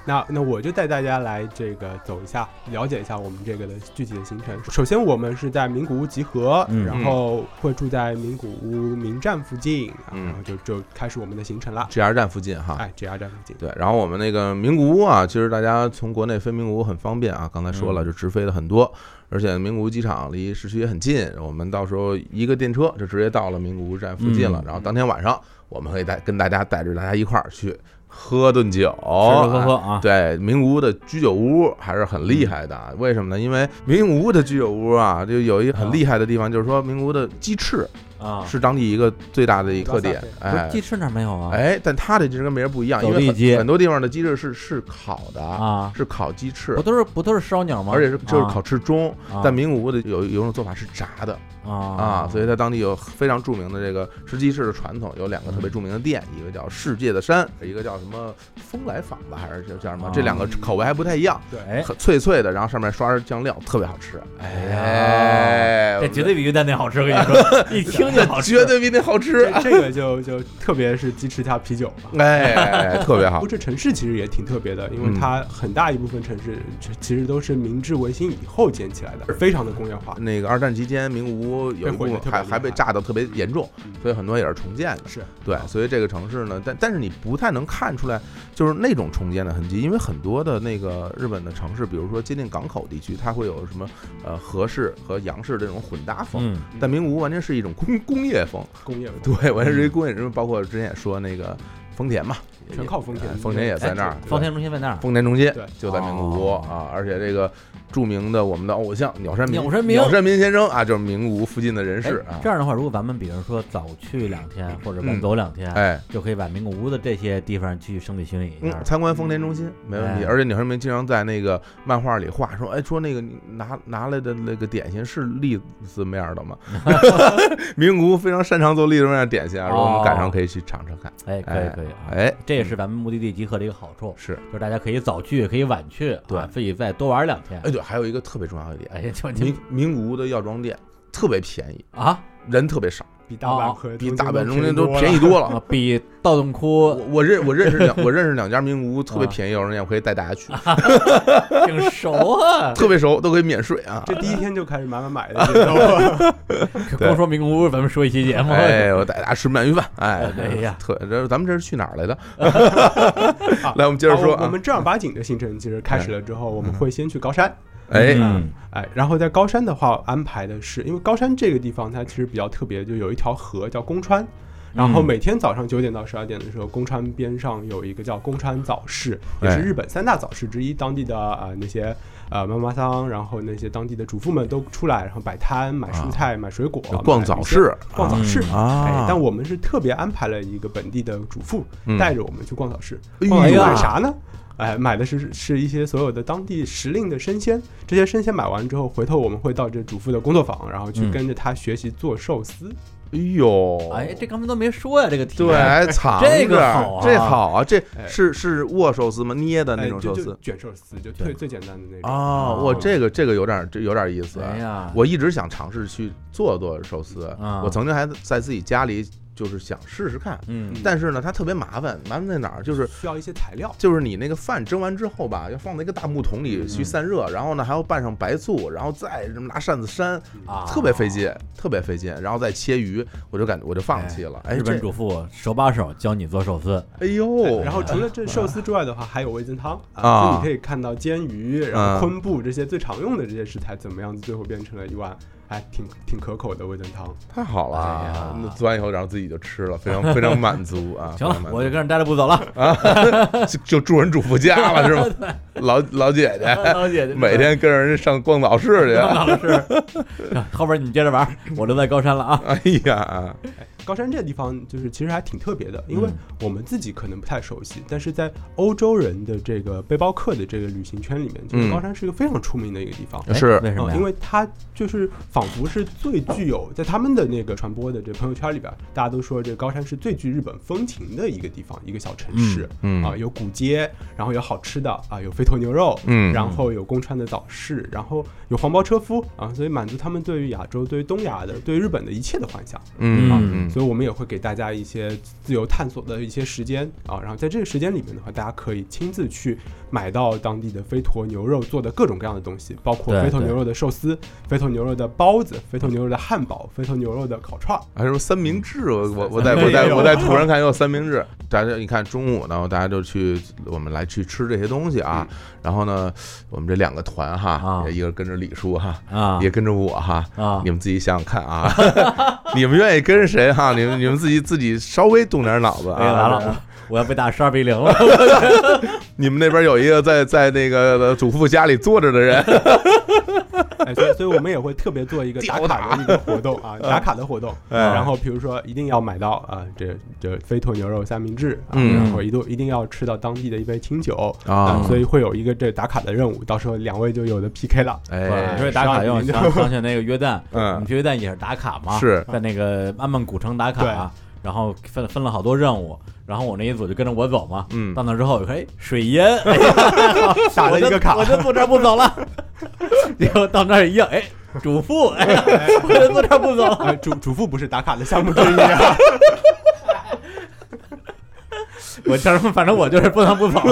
那那我就带大家来这个走一下，了解一下我们这个的具体的行程。首先，我们是在名古屋集合，嗯然后会住在名古屋名站附近，嗯然后就就开始我们的行程了。 ，G R 站附近哈。哎，JR 站附近，对，然后我们那个名古屋啊，其实大家从国内飞名古屋很方便啊，刚才说嗯了，就直飞的很多，而且名古屋机场离市区也很近，我们到时候一个电车就直接到了名古屋站附近了嗯，然后当天晚上我们可以带跟大家带着大家一块儿去喝顿酒，吃吃喝喝嗯哎啊，对，名古屋的居酒屋还是很厉害的啊，为什么呢？因为名古屋的居酒屋啊，就有一个很厉害的地方，就是说名古屋的鸡翅啊，是当地一个最大的一个特点，不是哎，鸡翅那儿没有啊？哎，但它这鸡翅跟别人不一样，因走地为鸡很很多地方的鸡翅是是烤的，啊，是烤鸡翅不，都是不都是烧鸟吗？而且是就是啊烤翅中。啊但名古屋的有有一种做法是炸的啊啊，所以在当地有非常著名的这个吃鸡翅的传统，有两个特嗯别著名的店，一个叫世界的山，一个叫什么风来坊吧，还是叫叫什么啊？这两个口味还不太一样，哎，很脆脆的，然后上面刷着酱料，特别好吃。哎哎，这绝对比鱼蛋那好吃，我跟你说， 一听就好吃，绝对比那好吃，这这个就就特别是鸡翅加啤酒吧。哎，特 别好不。这城市其实也挺特别的，因嗯为它很大一部分城市其其实都是明治维新以后建起来的，非常的工业化。那个二战期间，名古屋有一部被毁分得特别还厉害还被炸得特别严重，嗯所以很多也是重建的。是，对，所以这个城市呢，但但是你不太能看出来就是那种重建的痕迹，因为很多的那个日本的城市，比如说接近港口地区，它会有什么呃和式和洋式这种混搭风。嗯但名古屋完全是一种工工业风，工业化对，完全是一工业，因为包括之前也说那个丰田嘛，全靠丰田哎，丰田也在那儿哎对方天中心在那儿，丰田中心对就在名古屋哦啊，而且这个著名的我们的偶像鸟山明，鸟山明鸟山明先生啊，就是名古屋附近的人士哎啊嗯这，样的话，如果咱们比如说早去两天或者晚走两天，哎，就可以把名古屋的这些地方去生理巡礼啊一嗯下，。参观丰田中心没问题，哎而且鸟山明经常在那个漫画里画说，哎，说那个你拿拿来的那个点心是栗子面儿 的吗？ 名古屋非常擅长做栗子面儿点心啊，如果我们赶上可以去尝尝看。哎，可以哎可以哦啊，哎，这也是咱们目的地集合的一个好处，是，就是大家可以早去，也可以晚去，啊对自己再多玩两天哎。对，还有一个特别重要的点，哎呀，就你名名古屋的药妆店特别便宜，啊，人特别少，比大阪和比东京大阪、都东京哎都多了便宜多了啊。比道顿我窟我认我认识两我认识两家名古屋特别啊便宜药妆店，我可以带大 家去，挺熟啊，特别熟，都可以免税啊。这第一天就开始买买买 的节奏， 光说名古屋，咱们说一期节 目。哎，我带大家吃鳗鱼饭，哎，哎呀特这咱们这是去哪儿来 的？来，我们接着啊说我我啊，嗯们正儿八经的行程其实开始了之后，我们会先去高山，哎，嗯哎，然后在高山的话安排的是，因为高山这个地方它其实比较特别，就有一条河叫宫川。然嗯后每天早上九点到十二点的时候，宫川边上有一个叫宫川早市，也哎是日本三大早市之一。当地的呃那些呃妈妈桑，然后那些当地的主妇们都出来，然后摆摊买蔬菜、买水果、啊就逛买早一些市逛早市嗯哎啊，但我们是特别安排了一个本地的主妇嗯带着我们去逛早市，哎逛早市呦买啥呢？哎，买的是是一些所有的当地时令的生鲜，这些生鲜买完之后，回头我们会到这主妇的工作坊，然后去嗯跟着她学习做寿司。哎呦，哎，这刚才都没说呀，这个题。 对，哎还藏着这个好啊这好啊，这哎是是握寿司吗？捏的那哎，种寿就就司卷寿司，就对最最简单的那种。哦，我这个这个有点这有点意思啊哎。呀，我一直想尝试去做做寿司啊，我曾经还在自己家里就是想试试看，嗯但是呢，它特别麻烦，麻烦在哪儿？就是需要一些材料，就是你那个饭蒸完之后吧，要放在一个大木桶嗯里去散热，然后呢还要拌上白醋，然后再什么拿扇子扇，啊，特别费劲，特别费劲，然后再切鱼，我就感觉我就放弃了。哎，日本这主妇手把手教你做寿司，哎呦，然后除 了这寿司之外的话，还有味增汤啊啊，就你可以看到煎鱼，然啊后昆布这些最常用的这些食材怎么样子，最后变成了一碗还挺挺可口的味增汤。太好了哎啊呀，那做完以后然后自己就吃了，非常非 常满足啊。行非常了，满足 我就跟着待着不走了。 就就助人主妇家了是吗？老老姐姐，老姐姐每天跟人上逛早市去。老师，啊 后边你们接着玩 儿，我留在高山了啊。哎呀，高山这个地方就是其实还挺特别的，因为嗯我们自己可能不太熟悉，但是在欧洲人的这个背包客的这个旅行圈里面，就嗯是呃高山是一个非常出名的一个地方。哎是为什么嗯，呀？因为它就是仿佛是最具有在他们的那个传播的这朋友圈里边，大家都说这高山是最具日本风情的一个地方，一个小城市。嗯嗯啊，有古街，然后有好吃的啊，有肥头牛肉，嗯然后有宫川的早市，然后有黄包车夫啊，所以满足他们对于亚洲、对于东亚的、对于日本的一切的幻想。嗯嗯所以我们也会给大家一些自由探索的一些时间啊，然后在这个时间里面的话，大家可以亲自去买到当地的飞驼牛肉做的各种各样的东西，包括对飞头对牛肉的寿司、飞头牛肉的包子、飞头牛肉的 汉堡、飞头牛肉的烤串儿。还有三明治，我我我三在明我治也在有我啊在图上看有三明治，大家你看中午呢，大家就去我们来去吃这些东西啊。然后呢，我们这两个团哈，嗯啊一个跟着李叔哈，啊也跟着我哈，啊哦你，们自己想想看啊， 你们愿意跟谁哈？你们你们自己自己稍微动点脑子哎呀啊。完了，我要被打十二比零了。你们那边有一个在在那个祖父家里坐着的人， 哎，所以所以我们也会特别做一个打吊卡的一个活 动啊，打卡的活动。哎然后比如说一定要买到啊，这这飞驼牛肉三明治，啊嗯然后一度一定要吃到当地的一杯清酒啊所以会有一个这打卡的任务，到时候两位就有的 PK 了。你说哎，打卡用上瘾 想想起那个约旦，嗯我们去约旦也是打卡嘛，是在那个安曼古城打卡，然后分分了好多任务，然后我那一组就跟着我走嘛，嗯到那之后我说哎水淹，哎呀打了一个卡我就我就坐这儿不 走了，结果到那儿一样，哎，主妇，哎呀，我就坐这儿不走了，啊，主主妇不是打卡的项目之一啊。 我这反正我就是不能不走。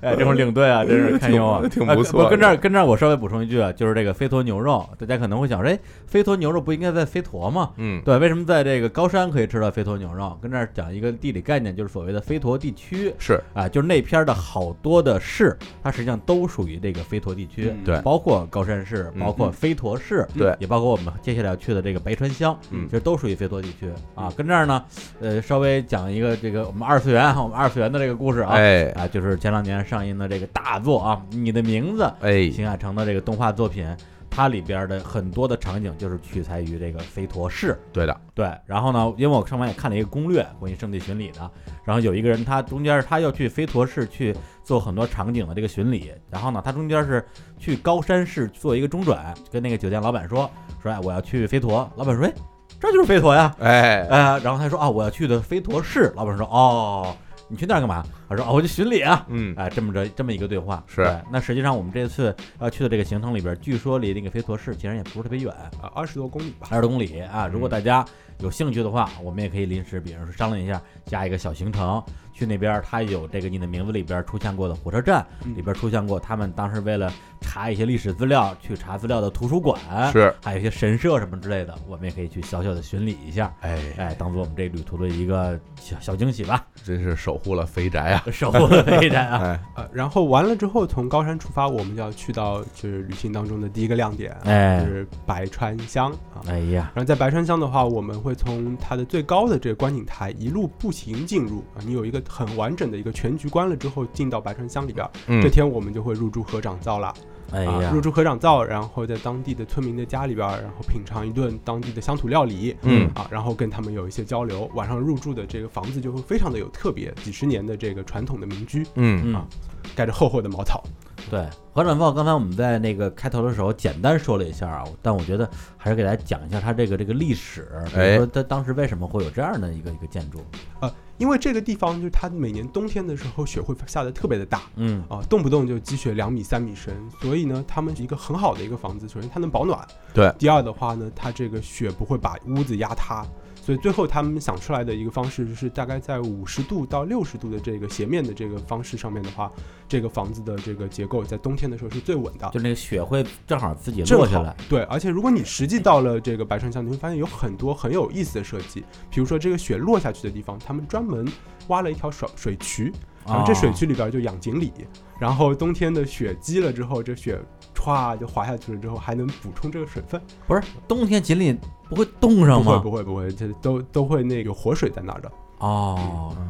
哎，这会儿领队啊，真是堪忧啊，挺挺不错的啊跟这儿跟这儿，我稍微补充一句啊，就是这个飞驼牛肉，大家可能会想说，哎，飞驼牛肉不应该在飞驼吗？嗯对，为什么在这个高山可以吃到飞驼牛肉？跟这儿讲一个地理概念，就是所谓的飞驼地区是啊，就是那片儿的好多的市，它实际上都属于这个飞驼地区，嗯对包括高山市，嗯包括飞驼市，对也包括我们接下来要去的这个白川乡，嗯其实都属于飞驼地区啊。跟这儿呢，呃，稍微讲一个这个我们二次元，我们二次元的这个故事啊，哎啊，就是前两年上映的这个大作啊，《你的名字》哎秦海城的这个动画作品，它里边的很多的场景就是取材于这个飞驼市。对的，对，然后呢，因为我上面也看了一个攻略，关于圣地巡礼的，然后有一个人他中间是他要去飞驼市去做很多场景的这个巡礼，然后呢，他中间是去高山市做一个中转，跟那个酒店老板说说，哎，我要去飞驼，老板说，哎，这就是飞驼呀，哎呃，然后他说啊，我要去的飞驼市，老板说，哦，你去那儿干嘛？他说，哦，我去巡礼啊，嗯哎，这么着这么一个对话是对那实际上我们这次要去的这个行程里边，据说离那个飞驼市其实也不是特别远，啊，二十多公里吧。二十公里嗯啊。如果大家有兴趣的话，我们也可以临时，比如说商量一下，加一个小行程去那边。它有这个你的名字里边出现过的火车站，嗯里边出现过他们当时为了查一些历史资料去查资料的图书馆，是还有一些神社什么之类的，我们也可以去小小的巡礼一下。哎，哎，当做我们这旅途的一个小小惊喜吧，真是守护了肥宅啊，守 护的飞站啊！哎呃，然后完了之后，从高山出发，我们就要去到就是旅行当中的第一个亮点，啊哎就是白川乡啊。哎呀，然后在白川乡的话，我们会从它的最高的这个观景台一路步行进入啊，你有一个很完整的一个全局观了之后，进到白川乡里边儿。嗯这天我们就会入住合掌灶了，哎啊呀，，入住合掌灶，然后在当地的村民的家里边儿，然后品尝一顿当地的乡土料理，嗯啊，然后跟他们有一些交流。晚上入住的这个房子就会非常的有特别，几十年的这个传统的民居，嗯嗯啊，盖着厚厚的茅草。对，合掌炮，刚才我们在那个开头的时候简单说了一下啊，但我觉得还是给大家讲一下它这个这个历史，比如哎说它当时为什么会有这样的一个一个建筑，呃，因为这个地方就是它每年冬天的时候雪会下的特别的大，嗯啊，动不动就积雪两米、三米深，所以呢，他们一个很好的一个房子，首先它能保暖，对第二的话呢，它这个雪不会把屋子压塌，所以最后他们想出来的一个方式是，大概在五十度到六十度的这个斜面的这个方式上面的话，这个房子的这个结构在冬天的时候是最稳的就。那个雪会正好自己正落下好来，对，而且如果你实际到了这个白川乡，你会发现有很多很有意思的设计，比如说这个雪落下去的地方，他们专门挖了一条水水渠，然哦后这水渠里边就养锦鲤，然后冬天的雪积了之后，这雪歘就滑下去了之后，还能补充这个水分。不是冬天锦鲤不会冻上不会吗？不会不会，这都都会那个活水在那儿的。哦，嗯，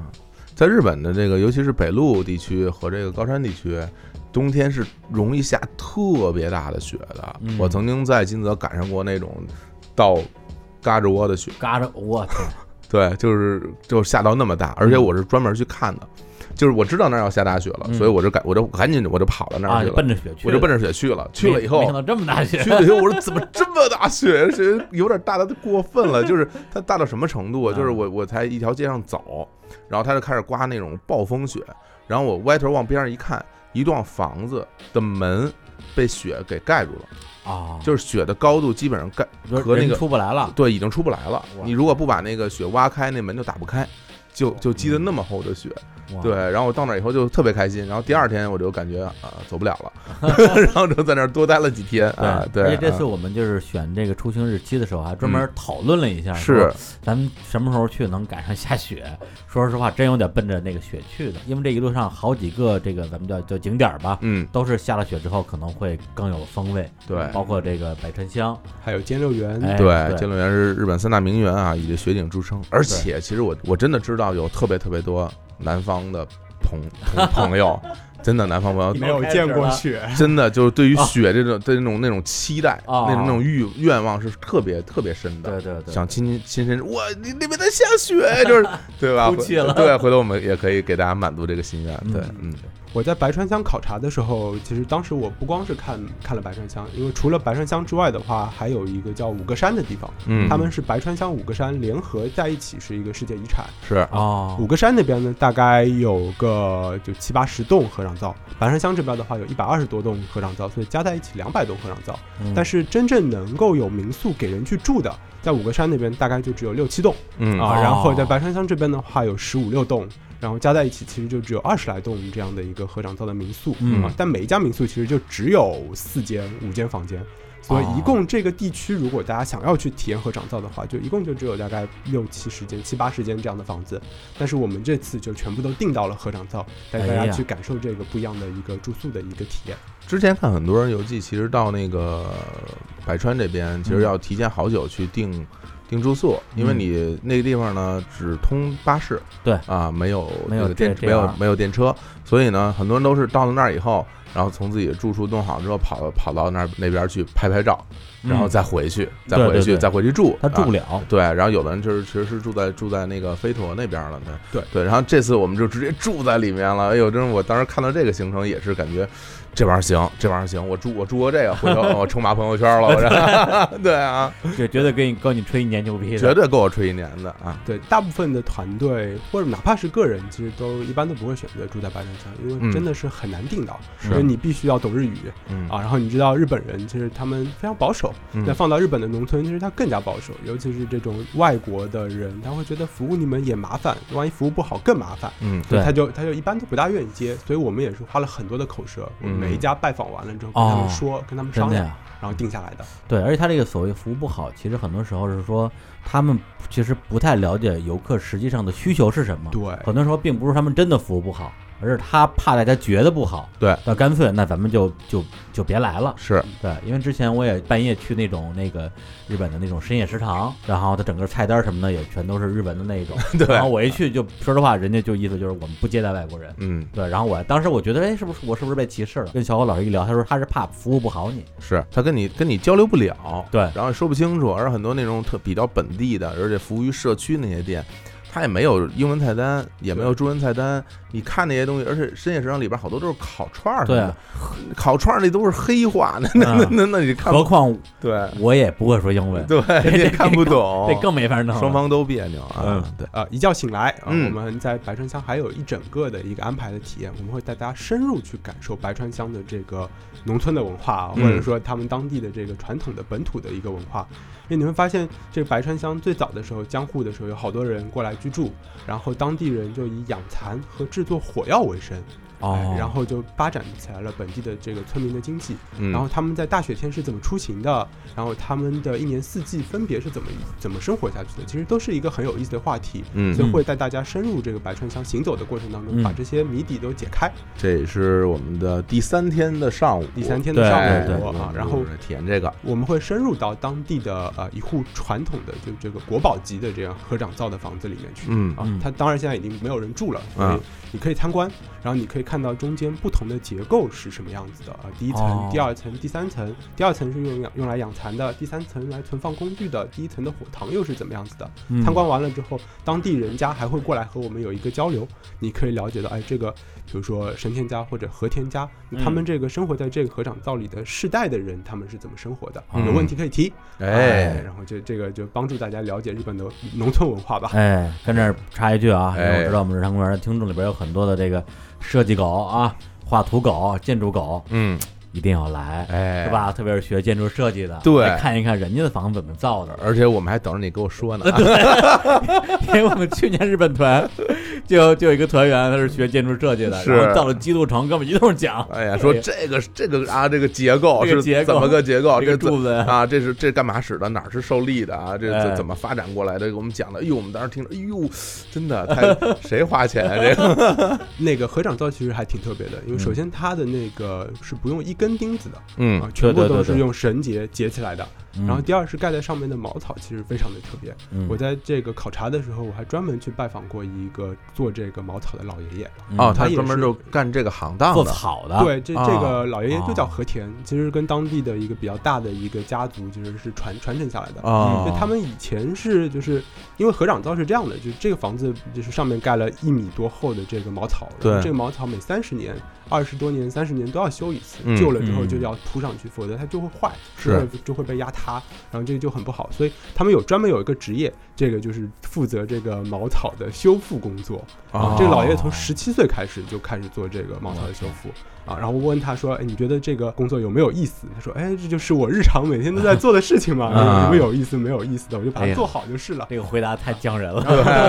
在日本的这个，尤其是北陆地区和这个高山地区，冬天是容易下特别大的雪的。嗯我曾经在金泽赶上过那种到嘎吱窝的雪，嘎着，我操，对，就是就下到那么大，而且嗯我是专门去看的，就是我知道那儿要下大雪了，嗯所以我就赶我就赶紧我就跑到那啊，儿去就了，奔着雪去我的，就奔着雪去了，去了以后没没想到这么大雪去，了以后，我说怎么这么大雪？而且有点大的过分了，就是它大到什么程度啊？嗯就是我我才一条街上走，然后它就开始刮那种暴风雪，然后我歪头往边上一看，一幢房子的门被雪给盖住了，啊，就是雪的高度基本上盖，就是和那人个出不来了，对，已经出不来了啊哇。哦你如果不把那个雪挖开，那门就打不开。就就积得那么厚的雪，嗯哇对，，然后我到那儿以后就特别开心，然后第二天我就感觉啊、走 不了了，然后就在那儿多待了几天啊，对，而且这啊嗯次我们就是选这个出行日期的时候，还啊专门讨论了一下，是，咱们什么时候去能赶上下雪？说实话，真有点奔着那个雪去的，因为这一路上好几个这个咱们叫叫景点儿吧，嗯，都是下了雪之后可能会更有风味，对包括这个百川乡，还有兼六园，哎，对，金轮园是日本三大名园啊，以这雪景著称。而且，其实我我真的知道有特别特别多南方的 朋朋朋友，真的南方朋友没有见过雪，真的就是对于雪这种对那种那种期待，啊那种那种欲愿望是特别特别深的。对对对，想亲亲身，哇，你那边在下雪， 就是对吧？哭泣了对，回头我们也可以给大家满足这个心愿。嗯对，嗯，我在白川乡考察的时候，其实当时我不光是看看了白川乡，因为除了白川乡之外的话，还有一个叫五个山的地方，嗯他们是白川乡五个山联合在一起是一个世界遗产。是哦五，个山那边呢，大概有个就七八十栋合掌造，白山乡这边的话有一百二十多栋合掌造，所以加在一起两百栋合掌造。嗯但是真正能够有民宿给人去住的，在五个山那边大概就只有六七栋嗯啊，哦然后在白山乡这边的话有十五六栋，然后加在一起其实就只有二十来栋这样的一个合掌造的民宿。嗯啊，但每一家民宿其实就只有四间五间房间。所以一共这个地区，如果大家想要去体验和掌造的话，就一共就只有大概六七十间、七八十间这样的房子。但是我们这次就全部都定到了和掌造，带大哎家呀去感受这个不一样的一个住宿的一个体验。之前看很多人游记，其实到那个呃百川这边，嗯其实要提前好久去订订住宿，因为你那个地方呢只通巴士，对啊，没有没有那个电这没有 JR 没有电车，所以呢，很多人都是到了那儿以后，然后从自己的住处弄好之后，跑跑到那儿那边去拍拍照，嗯然后再回去，再对回对去，对再回去住，他住啊不了，对，然后有的人就是其实是住在住在那个飞陀那边了呢。对对，然后这次我们就直接住在里面了。哎呦，真是我当时看到这个行程也是感觉这玩意儿行，这玩意儿行，我住我住过这个，回头我冲马朋友圈了，我这对啊，这绝对给你够你吹一年牛逼的，绝对够我吹一年的啊。对，大部分的团队或者哪怕是个人，其实都一般都不会选择住在白山乡，因嗯为真的是很难定到，是因为你必须要懂日语哦嗯啊。然后你知道日本人其实他们非常保守，嗯那放到日本的农村，其实他更加保守，尤其是这种外国的人，他会觉得服务你们也麻烦，万一服务不好更麻烦，嗯对他就他就一般都不大愿意接。所以我们也是花了很多的口舌，我们嗯每一家拜访完了之后跟他哦们说，跟他们真商的量，呀。然后定下来的。对，而且他这个所谓服务不好，其实很多时候是说他们其实不太了解游客实际上的需求是什么。对很多时候并不是他们真的服务不好，而是他怕大家觉得不好。对，那干脆那咱们就就就别来了。是对，因为之前我也半夜去那种那个日本的那种深夜食堂，然后它整个菜单什么的也全都是日文的那种。对，然后我一去就说实话，人家就意思就是我们不接待外国人。嗯对，然后我当时我觉得，哎，是不是我是不是被歧视了？跟小伙老师一聊，他说他是怕服务不好你。是他跟你跟你交流不了，对然后也说不清楚，而很多那种特比较本地的，而且服务于社区那些店，他也没有英文菜单，也没有中文菜单，你看那些东西，而且深夜食堂里边好多都是烤串儿什对么啊的，，烤串儿那都是黑话，那那嗯那那你看何不况对我也不会说英文， 对，你也看不懂，这更没法弄了。双方都别扭啊嗯，对，呃，一觉醒来，啊，嗯我们在白川乡还有一整个的一个安排的体验，我们会带大家深入去感受白川乡的这个农村的文化啊，或嗯者说他们当地的这个传统的本土的一个文化。因为你会发现，这个白川乡最早的时候，江户的时候，有好多人过来居住，然后当地人就以养蚕和制作火药为生。哦哎然后就发展起来了本地的这个村民的经济。嗯然后他们在大雪天是怎么出行的，然后他们的一年四季分别是怎么怎么生活下去的，其实都是一个很有意思的话题。嗯所以会带大家深入这个白川乡行走的过程当中，嗯把这些谜底都解开。这也是我们的第三天的上午，第三天的对哎上对午我啊们，然后就是体验这个，我们会深入到当地的呃一户传统的就这个国宝级的这样合掌造的房子里面去。嗯啊嗯，它当然现在已经没有人住了，所嗯以你可以参观，然后你可以看到中间不同的结构是什么样子的啊，第一哦层、第二层、第三层，第二层是用养用来养蚕的，第三层来存放工具的，第一层的火塘又是怎么样子的？嗯参观完了之后，当地人家还会过来和我们有一个交流，你可以了解到，哎，这个比如说神田家或者和田家，嗯他们这个生活在这个合掌造里的世代的人，他们是怎么生活的？嗯有问题可以提，哎，然后这这个就帮助大家了解日本的农村文化吧。哎，跟这儿插一句啊，因为哎我知道我们日常公园的听众里边有很多的这个设计狗啊、画图狗、建筑狗，嗯，一定要来，哎是吧？特别是学建筑设计的，对来看一看人家的房子怎么造的。 而且我们还等着你跟我 说呢，因为我们去年日本团 就就有一个团员，他是学建筑设计的，是然后造了基督城，跟我们一通讲，哎呀，说这个这个啊，这个结构这个是结怎构么个结构？这这个怎柱子啊，这是这干嘛使的？哪儿是受力的啊？这哎怎怎么发展过来的？给我们讲的，哎呦，我们当时听着，哎呦，真的，太谁花钱啊？这个， 那个合掌造其实还挺特别的，因为首先它的那个是不用一根钉子的，啊嗯，全部对对都对是对用绳结结起来的。嗯然后第二是盖在上面的茅草，其实非常的特别。嗯我在这个考察的时候，我还专门去拜访过一个做这个茅草的老爷爷。嗯哦，他他也专门是就干这个行当做的，草的，对，这啊哦这个老爷爷就叫和田，其实跟当地的一个比较大的一个家族，其实是传传承下来的。哦嗯就他们以前是就是因为合掌造是这样的，就这个房子就是上面盖了一米多厚的这个茅草，然对后这个茅草每三十年、二十多年、三十年都要修一次，嗯旧了之后嗯就要铺上去，否则它就会坏，是就会就会被压塌，然后这个就很不好。所以他们有专门有一个职业，这个就是负责这个茅草的修复工作。哦啊，这个老爷爷从十七岁开始就开始做这个茅草的修复啊，然后我问他说：“哎，你觉得这个工作有没有意思？”他说：“哎，这就是我日常每天都在做的事情嘛，啊 有什么有意思没有意思的，我就把哎它呀做好就是了。这个回答太匠人了。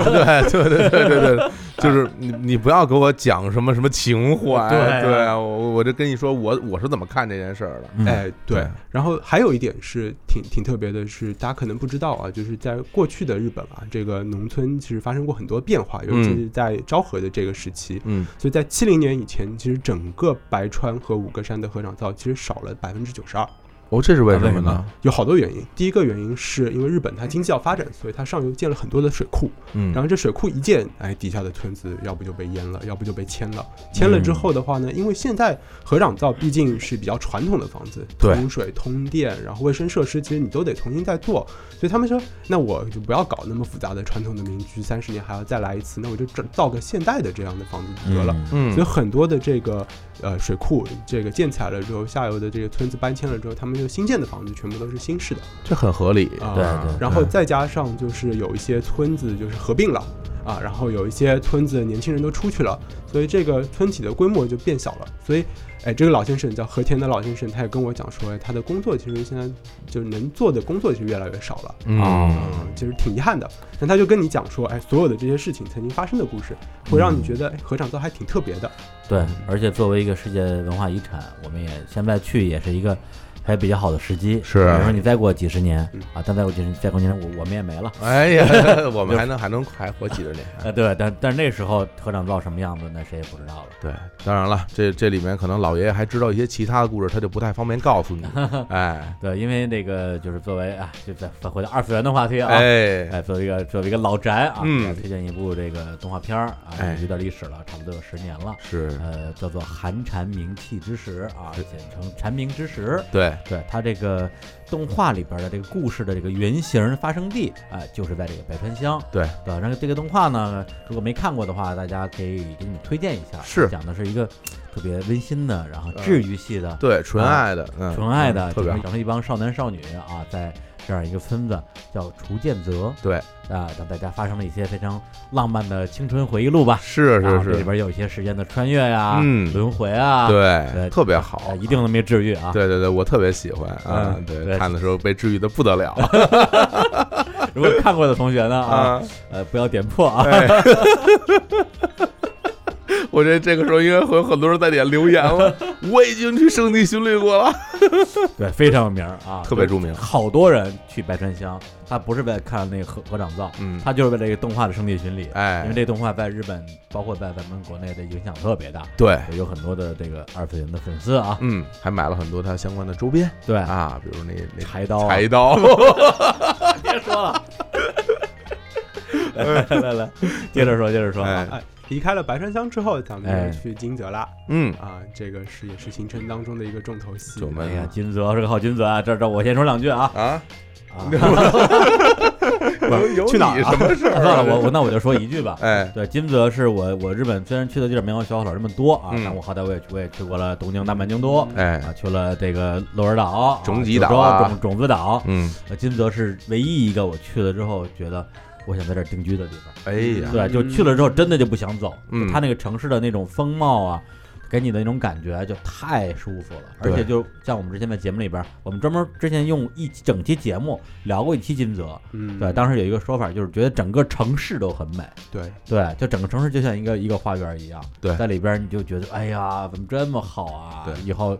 对对对对对对对，就是你你不要给我讲什么什么情怀，对啊对啊，我我就跟你说我我是怎么看这件事儿的，嗯哎，对对，然后还有一点是挺挺特别的是，大家可能不知道啊，就是在过去的日本啊，这个农村其实发生过很多变化，尤其是在昭和的这个时期，嗯，所以在七零年以前，其实整个白川和五个山的合掌造其实少了百分之九十二，哦，这是为什啊为么什呢么？有好多原因。第一个原因是因为日本它经济要发展，所以它上游建了很多的水库，嗯然后这水库一建，哎，底下的村子要不就被淹了，要不就被迁了。迁了之后的话嗯呢，因为现在合掌造毕竟是比较传统的房子，对通水、通电，然后卫生设施其实你都得重新再做，所以他们说，那我就不要搞那么复杂的传统的民居，三十年还要再来一次，那我就整造个现代的这样的房子就得了。嗯所以很多的这个呃水库，这个建起来了之后，下游的这个村子搬迁了之后，他们就新建的房子全部都是新式的，这很合理，啊对对然后再加上就是有一些村子就是合并了啊，然后有一些村子年轻人都出去了，所以这个村体的规模就变小了。所以，哎，这个老先生叫和田的老先生，他也跟我讲说，哎他的工作其实现在就能做的工作就越来越少了。嗯哦嗯，其实挺遗憾的。但他就跟你讲说，哎，所有的这些事情曾经发生的故事，会让你觉得，哎，合掌造还挺特别的。对，而且作为一个世界文化遗产，我们也现在去也是一个还比较好的时机。是比如说你再过几十年嗯啊，但再过几十再过几十年，我我们也没了。哎 呀，我们还能还能还活几十年。哎呃，对，但但那时候合掌造什么样子，那谁也不知道了。 对，当然了，这这里面可能老爷爷还知道一些其他的故事，他就不太方便告 诉你。哎对，因为那个就是作为啊，就再再回到二次元的话题啊，哎，哎，作为一个作为一个老宅啊，嗯给大家推荐一部这个动画片儿啊，哎有点历史了，差不多有十年了。是，呃，叫做《寒蝉鸣泣之时》啊，简称《蝉鸣之时》。对，对它这个动画里边的这个故事的这个原型发生地啊、就是在这个白川乡。对对，然后这个动画呢，如果没看过的话，大家可以给你们推荐一下。是呃讲的是一个特别温馨的，然后治愈系的、对，纯爱的，嗯，纯爱的，特别好。整一帮少男少女啊，在这样一个村子叫竹见泽。对啊、让大家发生了一些非常浪漫的青春回忆录吧。是然后这是里是，边有一些时间的穿越呀、嗯轮回啊，对，哎对特别啊，好，一定能被治愈啊。对对对，我特别喜欢啊嗯，对，对看的时候被治愈的不得 了如果啊看过的同学呢啊，啊！呃，不要点破啊。我这这个时候应该会有很多人在底下留言 了。我已经去圣地巡礼过了， 对，非常有名儿啊，特别著名。好多人去白川乡，他不是为了看那个合合掌造，嗯，他就是为了这个动画的圣地巡礼。因哎为，这动画在日本，包括在咱们国内的影响特别大，对，有很多的这个二次元的粉丝啊，嗯，还买了很多他相关的周边对，啊，比如那那哎柴刀啊柴刀，别说 了。来来来来，接着说，接着说啊，哎， 哎，离开了白川乡之后，咱哎们就去金泽啦。 嗯，啊，这个是也是行程当中的一个重头戏九。门哎呀，金泽是个好金泽啊！这这，我先说两句啊。啊，啊有有去哪儿你啊什么事儿啊？算了，我我那我就说一句吧。哎，对，金泽是我我日本虽然去的地儿没有小火老这么多啊，嗯但我好歹我也去我也去过了东京、大阪、京都，哎啊，去了这个鹿儿岛、啊种子岛九州啊种种子岛。嗯，呃金泽是唯一一个我去了之后觉得我想在这儿定居的地方。哎呀，对，就去了之后真的就不想走，嗯就它那个城市的那种风貌啊，给你的那种感觉就太舒服了，而对且就像我们之前在节目里边，我们专门之前用一整期节目聊过一期金泽，嗯，对，当时有一个说法就是觉得整个城市都很美， 对，对，就整个城市就像一个一个花园一样，对在里边你就觉得哎呀怎么这么好啊，对以后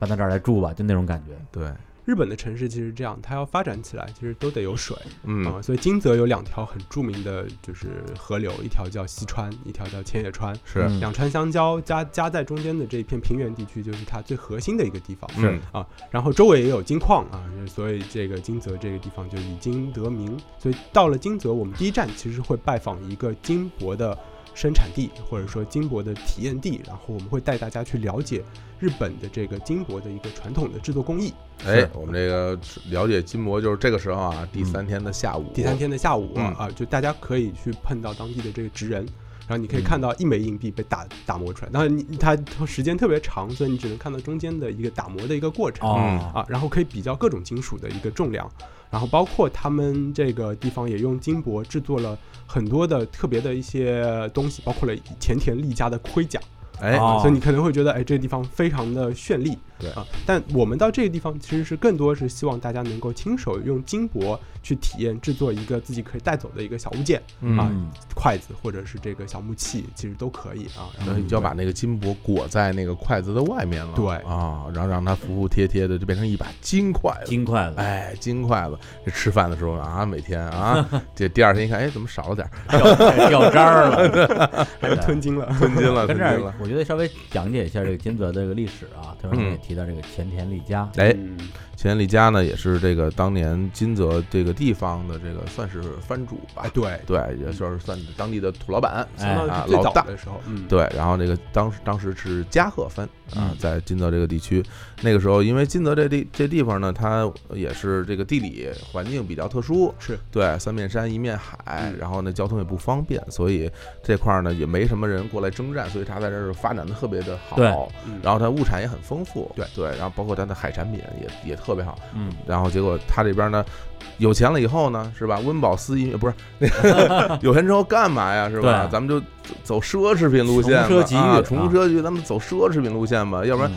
搬到这儿来住吧，就那种感觉，对，日本的城市其实这样，它要发展起来，其实都得有水啊、嗯，所以金泽有两条很著名的就是河流，一条叫西川，一条叫千叶川。是，嗯两川相交，夹夹在中间的这一片平原地区，就是它最核心的一个地方。嗯啊，然后周围也有金矿啊，所以这个金泽这个地方就以金得名。所以到了金泽，我们第一站其实会拜访一个金箔的生产地，或者说金箔的体验地，然后我们会带大家去了解日本的这个金箔的一个传统的制作工艺。哎是，我们这个了解金箔就是这个时候啊，第三天的下午，第三，天的下午嗯啊、就大家可以去碰到当地的这个职人。然后你可以嗯看到一枚硬币被打打磨出来，然后你它它时间特别长，所以你只能看到中间的一个打磨的一个过程。哦，啊，然后可以比较各种金属的一个重量，然后包括他们这个地方也用金箔制作了很多的特别的一些东西，包括了前田利家的盔甲，哎，哦所以你可能会觉得，哎，这个地方非常的绚丽，对啊。但我们到这个地方其实是更多是希望大家能够亲手用金箔去体验制作一个自己可以带走的一个小物件，啊嗯筷子或者是这个小木器，其实都可以啊。然后然后你就要把那个金箔裹在那个筷子的外面了，对啊，然后让它服服帖帖的，就变成一把金筷子。金筷子，哎，金筷子，这吃饭的时候啊，每天 啊，这第二天一看，哎，怎么少了点儿？掉哎掉渣儿 了，还要吞金了，吞金 了，跟吞这金儿了。，我觉得稍微讲解一下这个金泽这个历史啊，特别嗯是也提到这个前田利家，哎，嗯，钱理家呢，也是这个当年金泽这个地方的这个算是藩主吧哎，，嗯对，对，也就是算是当地的土老板。哎相当于啊是最老早大的时候，嗯，对，然后这个当时当时是加贺藩啊嗯，在金泽这个地区，那个时候因为金泽这地这地方呢，它也是这个地理环境比较特殊，是对，三面山一面海，嗯然后呢交通也不方便，所以这块儿呢也没什么人过来征战，所以它在这儿发展的特别的好。对嗯然后它物产也很丰富，对对，然后包括它的海产品也也特别好。嗯，然后结果他这边呢，有钱了以后呢，是吧？温饱思淫不是 有钱之后干嘛呀？是吧？对咱们就走走奢侈品路线吧，穷奢极欲啊啊穷奢极欲，咱们走奢侈品路线吧，要不然嗯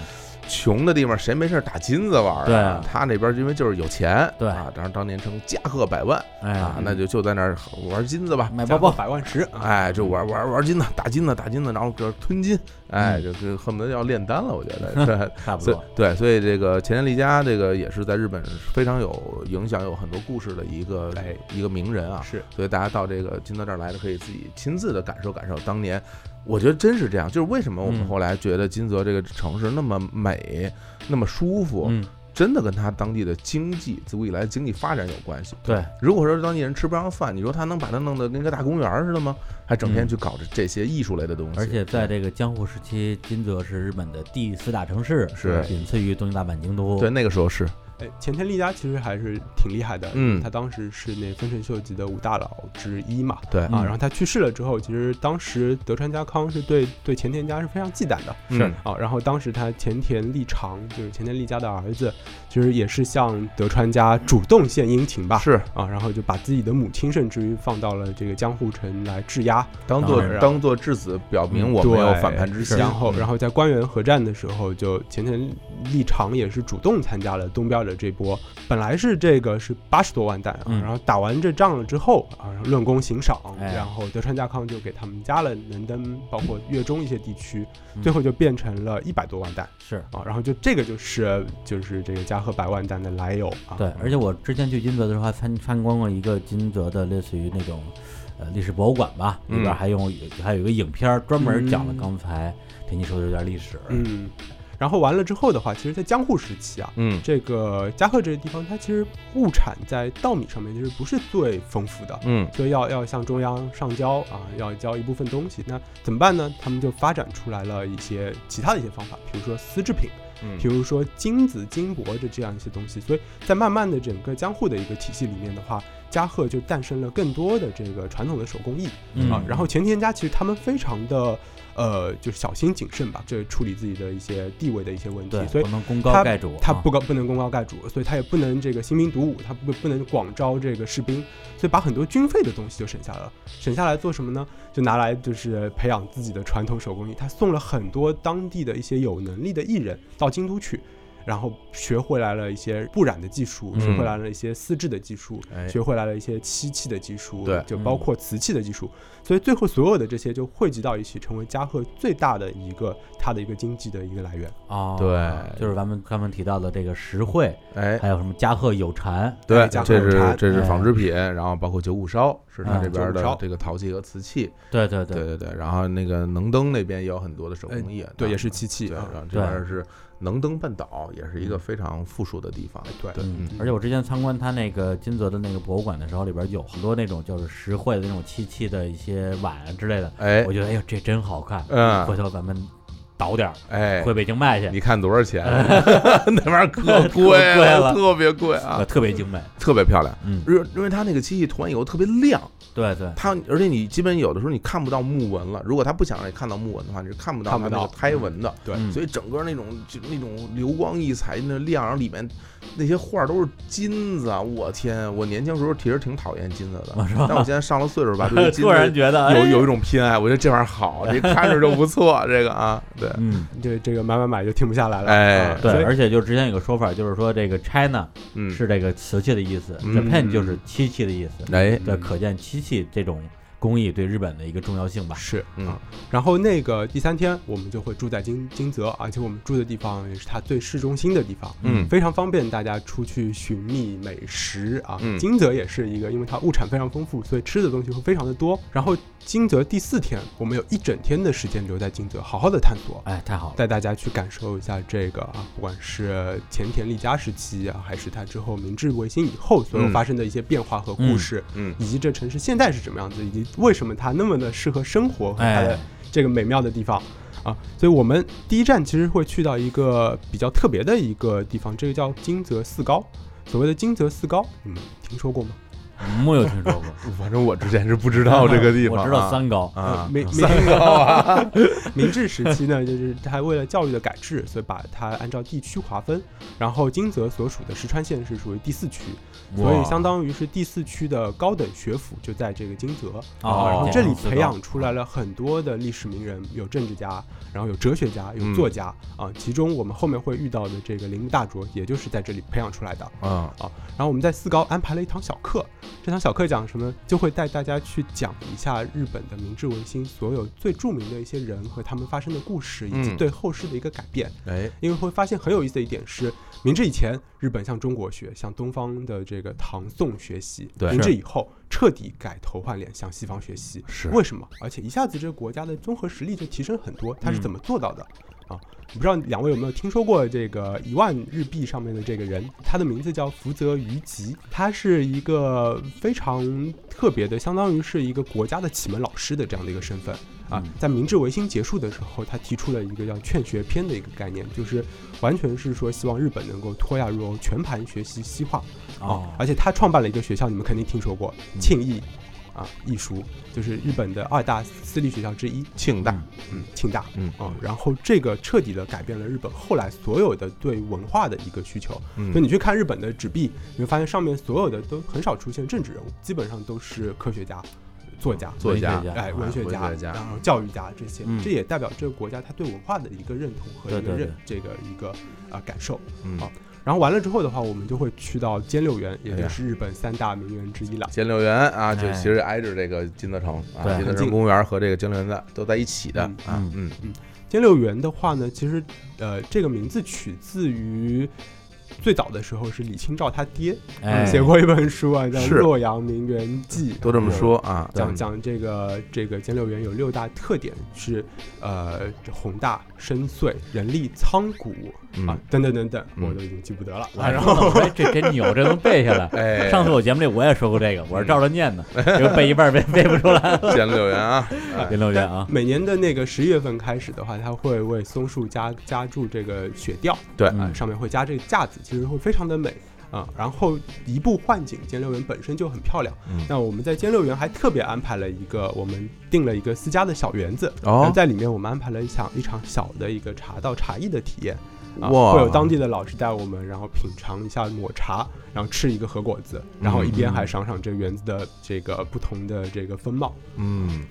穷的地方谁没事打金子玩儿对啊啊？他那边因为就是有钱，对啊，然后当年称家贺百万哎啊，那就就在那儿玩金子吧。买加包过包，百万石啊，哎，就玩玩玩金子，打金子，打金子，然后这吞金，哎，嗯就是恨不得要炼丹了，我觉 得。对差不所以多，对，所以这个前田利家这个也是在日本是非常有影响、有很多故事的一个、哎一个名人啊。是所以大家到这个金泽这儿来，可以自己亲自的感受感受当年。我觉得真是这样，就是为什么我们嗯后来觉得金泽这个城市那么美、那么舒服，嗯，真的跟它当地的经济自古以来经济发展有关系。对，如果说当地人吃不上饭，你说他能把它弄得跟个大公园儿似的吗？还整天嗯去搞这这些艺术类的东西，而且在这个江户时期，金泽是日本的第四大城市，是仅次于东京、大阪、京都，对那个时候是哎，前田利家其实还是挺厉害的，嗯他当时是那丰臣秀吉的五大佬之一嘛，对啊，嗯然后他去世了之后，其实当时德川家康是对对前田家是非常忌惮的是啊，然后当时他前田利长就是前田利家的儿子，其实也是向德川家主动献殷勤吧，是啊，然后就把自己的母亲甚至于放到了这个江户城来质押，当啊做然后当做质子，表明我对没有反叛之心。嗯然后，然后在官员合战的时候，就前田立场也是主动参加了东标的这波。本来是这个是八十多万担啊，嗯然后打完这仗了之后啊，然后论功行赏，哎然后德川家康就给他们加了能登，包括越中一些地区嗯，最后就变成了一百多万担是啊。然后就这个就是就是这个嘉禾百万担的来由啊。对，而且我之前去金泽的时候还参参观过一个金泽的类似于那种呃历史博物馆吧，里边嗯还用还有一个影片儿专门讲了刚才田鸡说的这段历史。嗯，然后完了之后的话，其实，在江户时期啊，嗯这个嘉禾这个地方，它其实物产在稻米上面其实不是最丰富的，嗯所以要要向中央上交啊，要交一部分东西。那怎么办呢？他们就发展出来了一些其他的一些方法，比如说丝制品，嗯比如说金子、金箔的这样一些东西。所以在慢慢的整个江户的一个体系里面的话，嘉禾就诞生了更多的这个传统的手工艺。嗯啊，然后前田家其实他们非常的，呃，就是小心谨慎吧，这处理自己的一些地位的一些问题对，，所以不能功他高盖主，他啊不高不能功高盖主，所以他也不能这个兴兵黩武，他不不能广招这个士兵，所以把很多军费的东西就省下来了，省下来做什么呢？就拿来就是培养自己的传统手工艺，他送了很多当地的一些有能力的艺人到京都去。然后学回来了一些布染的技术，嗯学回来了一些丝织的技术，哎学回来了一些漆器的技术，对就包括瓷器的技术，所以最后所有的这些就汇集到一起，成为嘉禾最大的一个它的一个经济的一个来源。哦，对就是咱们刚刚提到的这个实惠，哎还有什么嘉禾有蝉，对，加这工产是这是哎纺织品，然后包括九五烧是它嗯这边九五的烧这个陶器和瓷器，对对对，对对，然后那个能登那边也有很多的手工艺，对，也是漆器对，啊然。后这边是能登半岛，也是一个非常富庶的地方，对对，嗯嗯，而且我之前参观他那个金泽的那个博物馆的时候，里边有很多那种就是实惠的那种漆器的一些碗啊之类的，哎我觉得哎呦这真好看，嗯回头咱们倒点儿哎回，北京卖去，你看多少 钱？那玩意儿可贵可贵了特别贵啊呃，特别精美，特别漂亮。嗯，因为因为它那个漆器涂完以后特别亮，对对，它而且你基本有的时候你看不到木纹了。如果他不想让你看到木纹的话，你是看不到它看不那个到胎纹的。对嗯 所以整个那种就那种流光溢彩那亮，然后里面那些画都是金子啊！我天，我年轻时候其实挺讨厌金子的，但我现在上了岁数吧， 对金啊突然子觉得哎有有一种种偏爱，我觉得这玩意儿好， 这看着就不错，这个啊，对，嗯。这这个买买买就停不下来了。哎啊对，所以而且就是之前有个说法，就是说这个 China 嗯，是这个瓷器的意思、嗯 j a p a n 就是漆器的意思。哎，对，嗯可见漆器这种工艺对日本的一个重要性吧。是，嗯啊然后那个第三天我们就会住在金金泽，而且我们住的地方也是它最市中心的地方，嗯非常方便大家出去寻觅美食啊。嗯金泽也是一个，因为它物产非常丰富，所以吃的东西会非常的多。然后金泽第四天，我们有一整天的时间留在金泽，好好的探索。哎，太 好了。带大家去感受一下这个啊，不管是前田利家时期啊，还是他之后明治维新以后所有嗯发生的一些变化和嗯故事，嗯以及这城市现在是什么样子，以及为什么它那么的适合生活和它哎的，这个美妙的地方啊。所以我们第一站其实会去到一个比较特别的一个地方，这个叫金泽四高。所谓的金泽四高，你们听说过吗？哎木有听说 过。嗯反正我之前是不知道这个地方啊，我知道三高。啊，呃没没三高啊， 明治时期呢，就是他为了教育的改制，所以把它按照地区划分。然后金泽所属的石川县是属于第四区，呃所以相当于是第四区的高等学府就在这个金泽。啊哦然后这里知道培养出来了很多的历史名人，有政治家，然后有哲学家，有作家、嗯啊。其中我们后面会遇到的这个铃木大拙，也就是在这里培养出来的。啊，然后我们在四高安排了一堂小课，这堂小课讲什么呢？就会带大家去讲一下日本的明治维新所有最著名的一些人和他们发生的故事，以及嗯对后世的一个改变。哎，因为会发现很有意思的一点是，明治以前日本向中国学，向东方的这个唐宋学习；对明治以后彻底改头换脸，向西方学习。是为什么？而且一下子这个国家的综合实力就提升很多，它是嗯怎么做到的？啊，不知道两位有没有听说过这个一万日币上面的这个人，他的名字叫福泽谕吉，他是一个非常特别的，相当于是一个国家的启蒙老师的这样的一个身份啊嗯。在明治维新结束的时候，他提出了一个叫劝学篇的一个概念，就是完全是说希望日本能够脱亚入欧，全盘学习西化。哦，而且他创办了一个学校，你们肯定听说过嗯庆艺啊艺术，就是日本的二大私立学校之一，庆大，嗯，庆大，嗯啊，然后这个彻底的改变了日本后来所有的对文化的一个需求，嗯所以你去看日本的纸币，你会发现上面所有的都很少出现政治人物，基本上都是科学家。作家、作家啊文学家啊哎，文学文家，学家然后教育家这些嗯，这也代表这个国家他对文化的一个认同和对一个对认这个一个啊感受。嗯，好然后完了之后的话，我们就会去到兼六园，也哎呀就是日本三大名园之一了。金柳园啊，就哎其实挨着这个金泽城啊，对金泽城很近公园和这个金柳园在都在一起的嗯啊，嗯，兼六园的话呢，其实呃，这个名字取自于最早的时候是李清照他爹哎，写过一本书啊，叫是《洛阳名园记》，都这么说啊，讲嗯 讲这个这个兼六园有六大特点是，呃，宏大、深邃、人力、苍古啊嗯，，等等等等，嗯我都已经记不得了。我啊还然说呢我后，说这真牛，这能背下来。 哎，上次我节目里我也说过这个，我是照着念 的，结果背一半儿背背不出来。金柳园 啊，哎林乐园 啊，每年的那个十一月份开始的话，它会为松树加加注这个雪吊，对嗯啊、上面会加这个架子，其实会非常的美啊、然后移步换景，兼六园本身就很漂亮。嗯那我们在兼六园还特别安排了一个，我们订了一个私家的小园子，然后哦，在里面我们安排了一场一场小的一个茶道茶艺的体验。啊，哇会有当地的老师带我们，然后品尝一下抹茶，然后吃一个核果子，然嗯后一边还赏赏这园子的这个不同的这个风貌。嗯，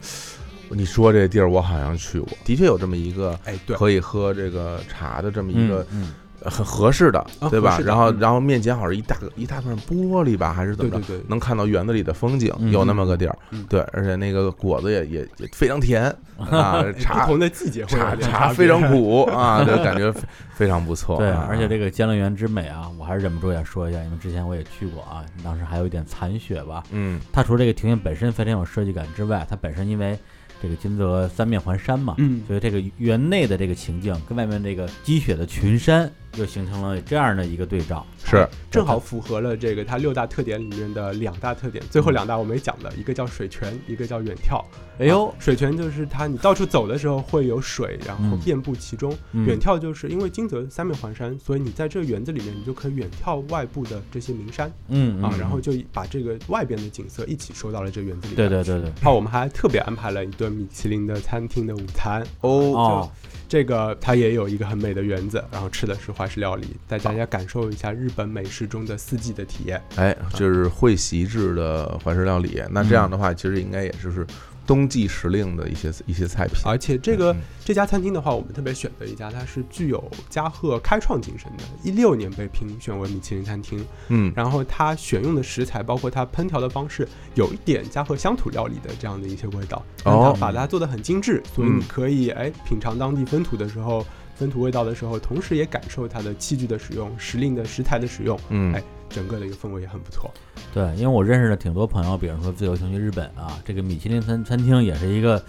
你说这地儿我好像去过，的确有这么一个哎，对，可以喝这个茶的这么一嗯个嗯很合适的，啊对吧合？适的然后，嗯然后面前好像一大个一大片玻璃吧，还是怎对么对着？对，能看到园子里的风景，嗯有那么个地儿嗯，对，而且那个果子也也也非常甜 啊，哎不茶同的季节会有茶点茶别非常 苦啊，这感觉非非常不错。对，啊而且这个江乐园之美啊，我还是忍不住要说一下，因为之前我也去过啊，当时还有一点残雪吧。嗯它除了这个庭院本身非常有设计感之外，它本身因为这个金泽三面环山嘛，嗯所以这个园内的这个情境跟外面这个积雪的群山又形成了这样的一个对照。是正好符合了这个它六大特点里面的两大特点，最后两大我没讲的，一个叫水泉，一个叫远眺。哎呦啊，水泉就是它你到处走的时候会有水，然后嗯遍布其中。嗯远眺就是因为金泽三面环山，所以你在这个园子里面，你就可以远眺外部的这些名山嗯啊嗯，然后就把这个外边的景色一起收到了这个园子里面。对对对对，然后我们还特别安排了一顿米其林的餐厅的午餐，哦，哦，这个它也有一个很美的园子，然后吃的是怀石料理，带大家感受一下日本美食中的四季的体验。哎，就是会席制的怀石料理。那这样的嗯话，其实应该也就是冬季时令的一些一些菜品。而且啊这个、嗯这家餐厅的话，我们特别选的一家，它是具有加贺开创精神的，一六年被评选为米其林餐厅。嗯，然后它选用的食材，包括它烹调的方式，有一点加贺乡土料理的这样的一些味道。但哦它把它做的很精致，所以嗯你可以哎品尝当地风土的时候。风土味道的时候，同时也感受它的器具的使用、时令的食材的使用，嗯，哎整个的一个氛围也很不错。对，因为我认识了挺多朋友，比如说自由行去日本啊，这个米其林餐餐厅也是一个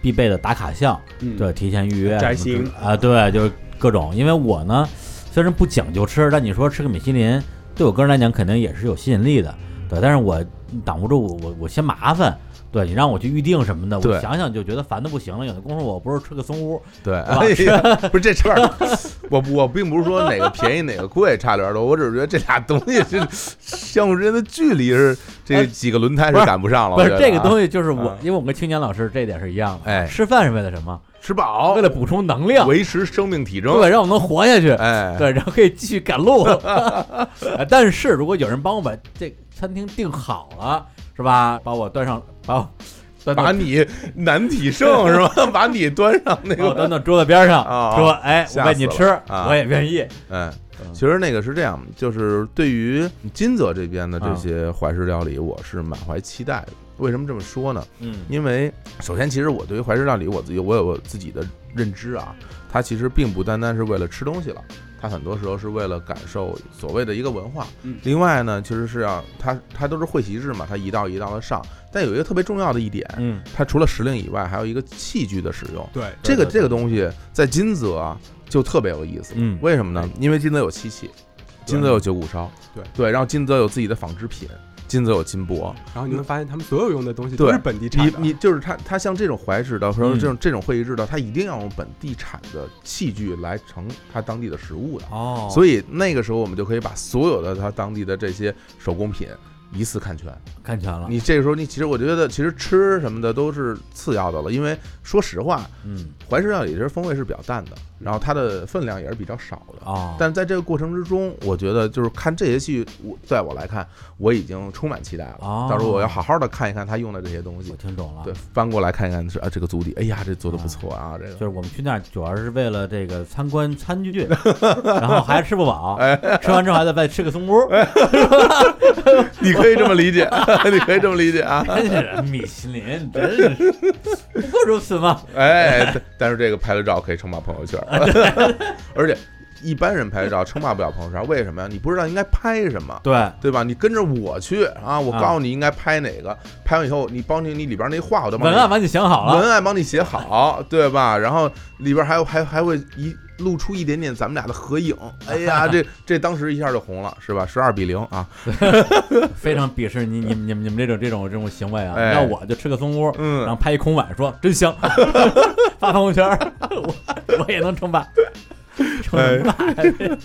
必备的打卡项，嗯对，提前预约摘什么之星啊，对，就是各种。因为我呢，虽然不讲究吃，但你说吃个米其林，对我个人来讲肯定也是有吸引力的，对。但是我挡不住我我我嫌麻烦，对你让我去预定什么的，对我想想就觉得烦的不行了。有的功夫我不是吃个松屋，对，吧哎呀，不是这事儿，我我并不是说哪个便宜哪个贵，差点儿多，我只是觉得这俩东西是相互之间的距离是这哎几个轮胎不是是赶不上了。不我是觉得这个啊东西，就是我，啊因为我跟青年老师这一点是一样的。哎吃饭是为了什么？吃饱为了补充能量，维持生命体征，对，让我能活下去。哎，对，然后可以继续赶 路。呃但是如果有人帮我把这餐厅订好了，是吧？把我端上，把我端到把你难 体胜是吧？把你端上那把我个，哦端到桌子边上， 哦说：“哎，我吓喂你死吃，了啊我也愿意。哎。其实那个是这样，就是对于金泽这边的这啊些怀石料理，我是满怀期待的。为什么这么说呢？”嗯因为首先，其实我对于怀石料理，我自己我有我自己的认知啊，它其实并不单单是为了吃东西了，它很多时候是为了感受所谓的一个文化。嗯另外呢，其实是要它它都是会席制嘛，它一道一道的上，但有一个特别重要的一点，嗯，它除了时令以外，还有一个器具的使用。对，这个对对这个东西在金泽啊就特别有意思，嗯为什么呢？因为金泽有漆器，金泽有九股烧，对对，然后金泽有自己的纺织品，金泽有金箔，然后你会发现他们所有用的东西嗯对都是本地产你的。你就是它，它像这种怀石的，或者说嗯这种这种会议制的，它一定要用本地产的器具来盛它当地的食物的。哦，所以那个时候我们就可以把所有的它当地的这些手工品一次看全。看全了，你这个时候，你其实我觉得，其实吃什么的都是次要的了，因为说实话，嗯怀石料理其实风味是比较淡的，然后它的分量也是比较少的。哦，但在这个过程之中，我觉得就是看这些戏，我在我来看，我已经充满期待了。哦到时候我要好好的看一看他用的这些东西我，听懂了，对，，翻过来看一看是啊，这个足底，哎呀，这做的不错啊，这就是个我们去那儿主要是为了这个参观餐 具，然后还吃不饱，哎吃完之后还得再吃个松 哎屋，你可以这么理解， 你可以这么理解啊。真是米其林，真是不过如此嘛。哎，但但是这个拍了照可以称霸朋友圈， 而且一般人拍照称霸不了朋友圈，为什么呀？你不知道应该拍什么。 对，对吧？你跟着我去啊！我告诉你应该拍哪个，拍完以后你帮你你里边那话我都帮文你案完你想好了，文案帮你写好，对吧？然后里边还有还还会一露出一点点咱们俩的合影。哎呀，这这当时一下就红了，是吧？十二比零啊！非常鄙视你你们你们你们这种这种这种行为啊！哎要我就吃个松屋，嗯然后拍一空碗说真 香，发朋友圈，我我也能称霸，称哎什么霸呀？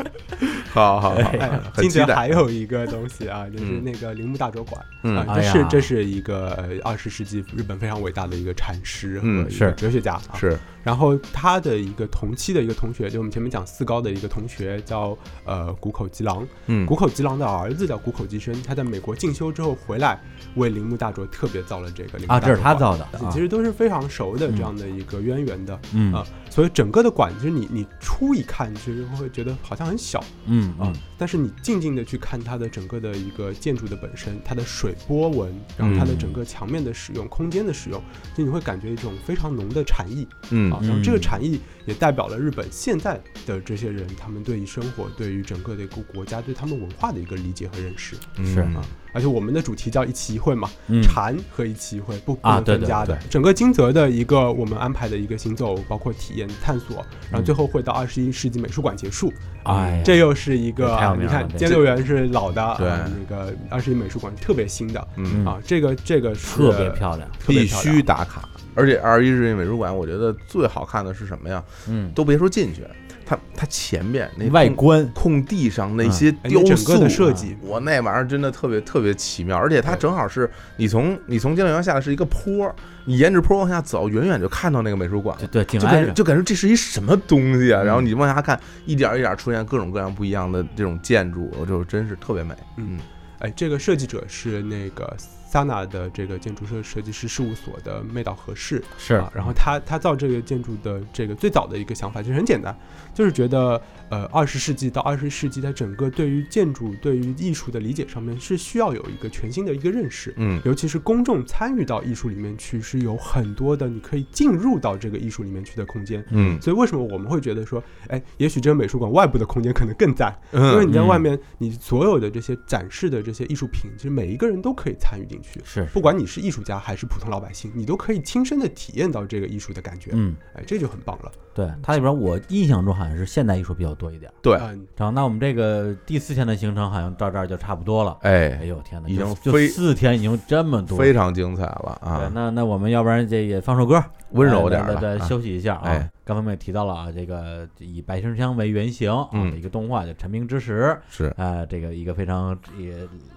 好好好哎， 很金期泽待还。有一个东 西啊，就是嗯那个铃木大拙馆嗯啊，哎这呀是这是一个呃二十世纪日本非常伟大的一个禅师和嗯一是个哲学家啊。是，然后他的一个同期的一个同学，就我们前面讲四高的一个同学叫呃谷口吉郎，嗯谷口吉郎的儿子叫谷口吉生，他在美国进修之后回来，为铃木大拙特别造了这个铃木啊，大这拙是他馆。造的，啊其实都是非常熟的这样的一个渊源的啊、嗯所以整个的馆就是你你初一看就是会觉得好像很小，嗯啊嗯，但是你静静的去看它的整个的一个建筑的本身，它的水波纹，然后它的整个墙面的使用、空间的使用，就你会感觉一种非常浓的禅意嗯啊。然后这个禅意也代表了日本现在的这些人，他们对于生活、对于整个的一个国家、对他们文化的一个理解和认识是嗯啊。而且我们的主题叫一期一会嘛，嗯禅和一期一会不不啊能对分家的。对整个金泽的一个我们安排的一个行走，包括体验探索，然后最后会到二十一世纪美术馆结束。嗯哎呀这又是一这个太有，名你了看这尖六园是老的，对啊那个二十一美术馆特别新的嗯，嗯啊，这个这个是特别漂亮，特别必漂须亮打卡。而且二十一世纪美术馆，我觉得最好看的是什么呀？嗯，都别说进去，它它前面那外空观空地上那些哎雕那整塑、啊个的设计，我那玩意儿真的特别特别奇妙，而且它对正好是你从你从金陵园下来是一个坡，你沿着坡往下走，远远就看到那个美术馆就了。对，紧就挨感着觉，就感觉这是一什么东西啊！嗯然后你往下看，一点一点出现各种各样不一样的这种建筑，我就真是特别美。嗯哎，这个设计者是那个 Sana 的这个建筑设设计师事务所的妹岛和世，是啊，然后他他造这个建筑的这个最早的一个想法其实很简单，就是觉得呃二十世纪到二十世纪，它整个对于建筑、对于艺术的理解上面是需要有一个全新的一个认识，嗯尤其是公众参与到艺术里面去，是有很多的你可以进入到这个艺术里面去的空间。嗯所以为什么我们会觉得说，哎，也许这个美术馆外部的空间可能更赞，因为你在外面，你所有的这些展示的这些艺术品，其实每一个人都可以参与进去，是不管你是艺术家还是普通老百姓，你都可以亲身的体验到这个艺术的感觉，嗯，哎，这就很棒了。对，它里边我印象中好像是现代艺术比较多一点。对，嗯，然后那我们这个第四天的行程好像到这儿就差不多了。哎哎，呦天哪，已就经就非四天已经这么多了，非常精彩了对啊！那那我们要不然这也放首歌，温柔点来来了来啊，休息一下啊。哎刚才我们也提到了啊，这个以白生香为原型啊、嗯的一个动画叫《陈明之时》，是呃，这个一个非常也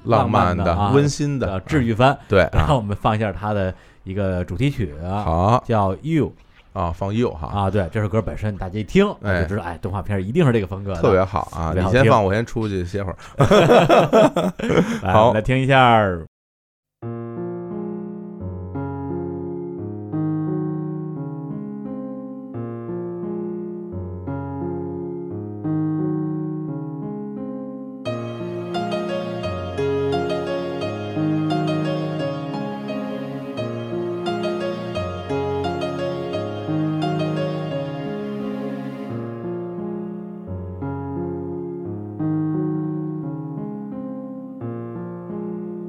浪漫的、啊、温馨的的、治愈番。对然啊后，我们放一下它的一个主题曲啊，好叫《You》啊，放右哈，啊，对，这首歌本身大家一听哎就知道，哎，动画片一定是这个风格的，特别好啊！特别你好先听放，我先出去歇会儿。来好我们来听一下。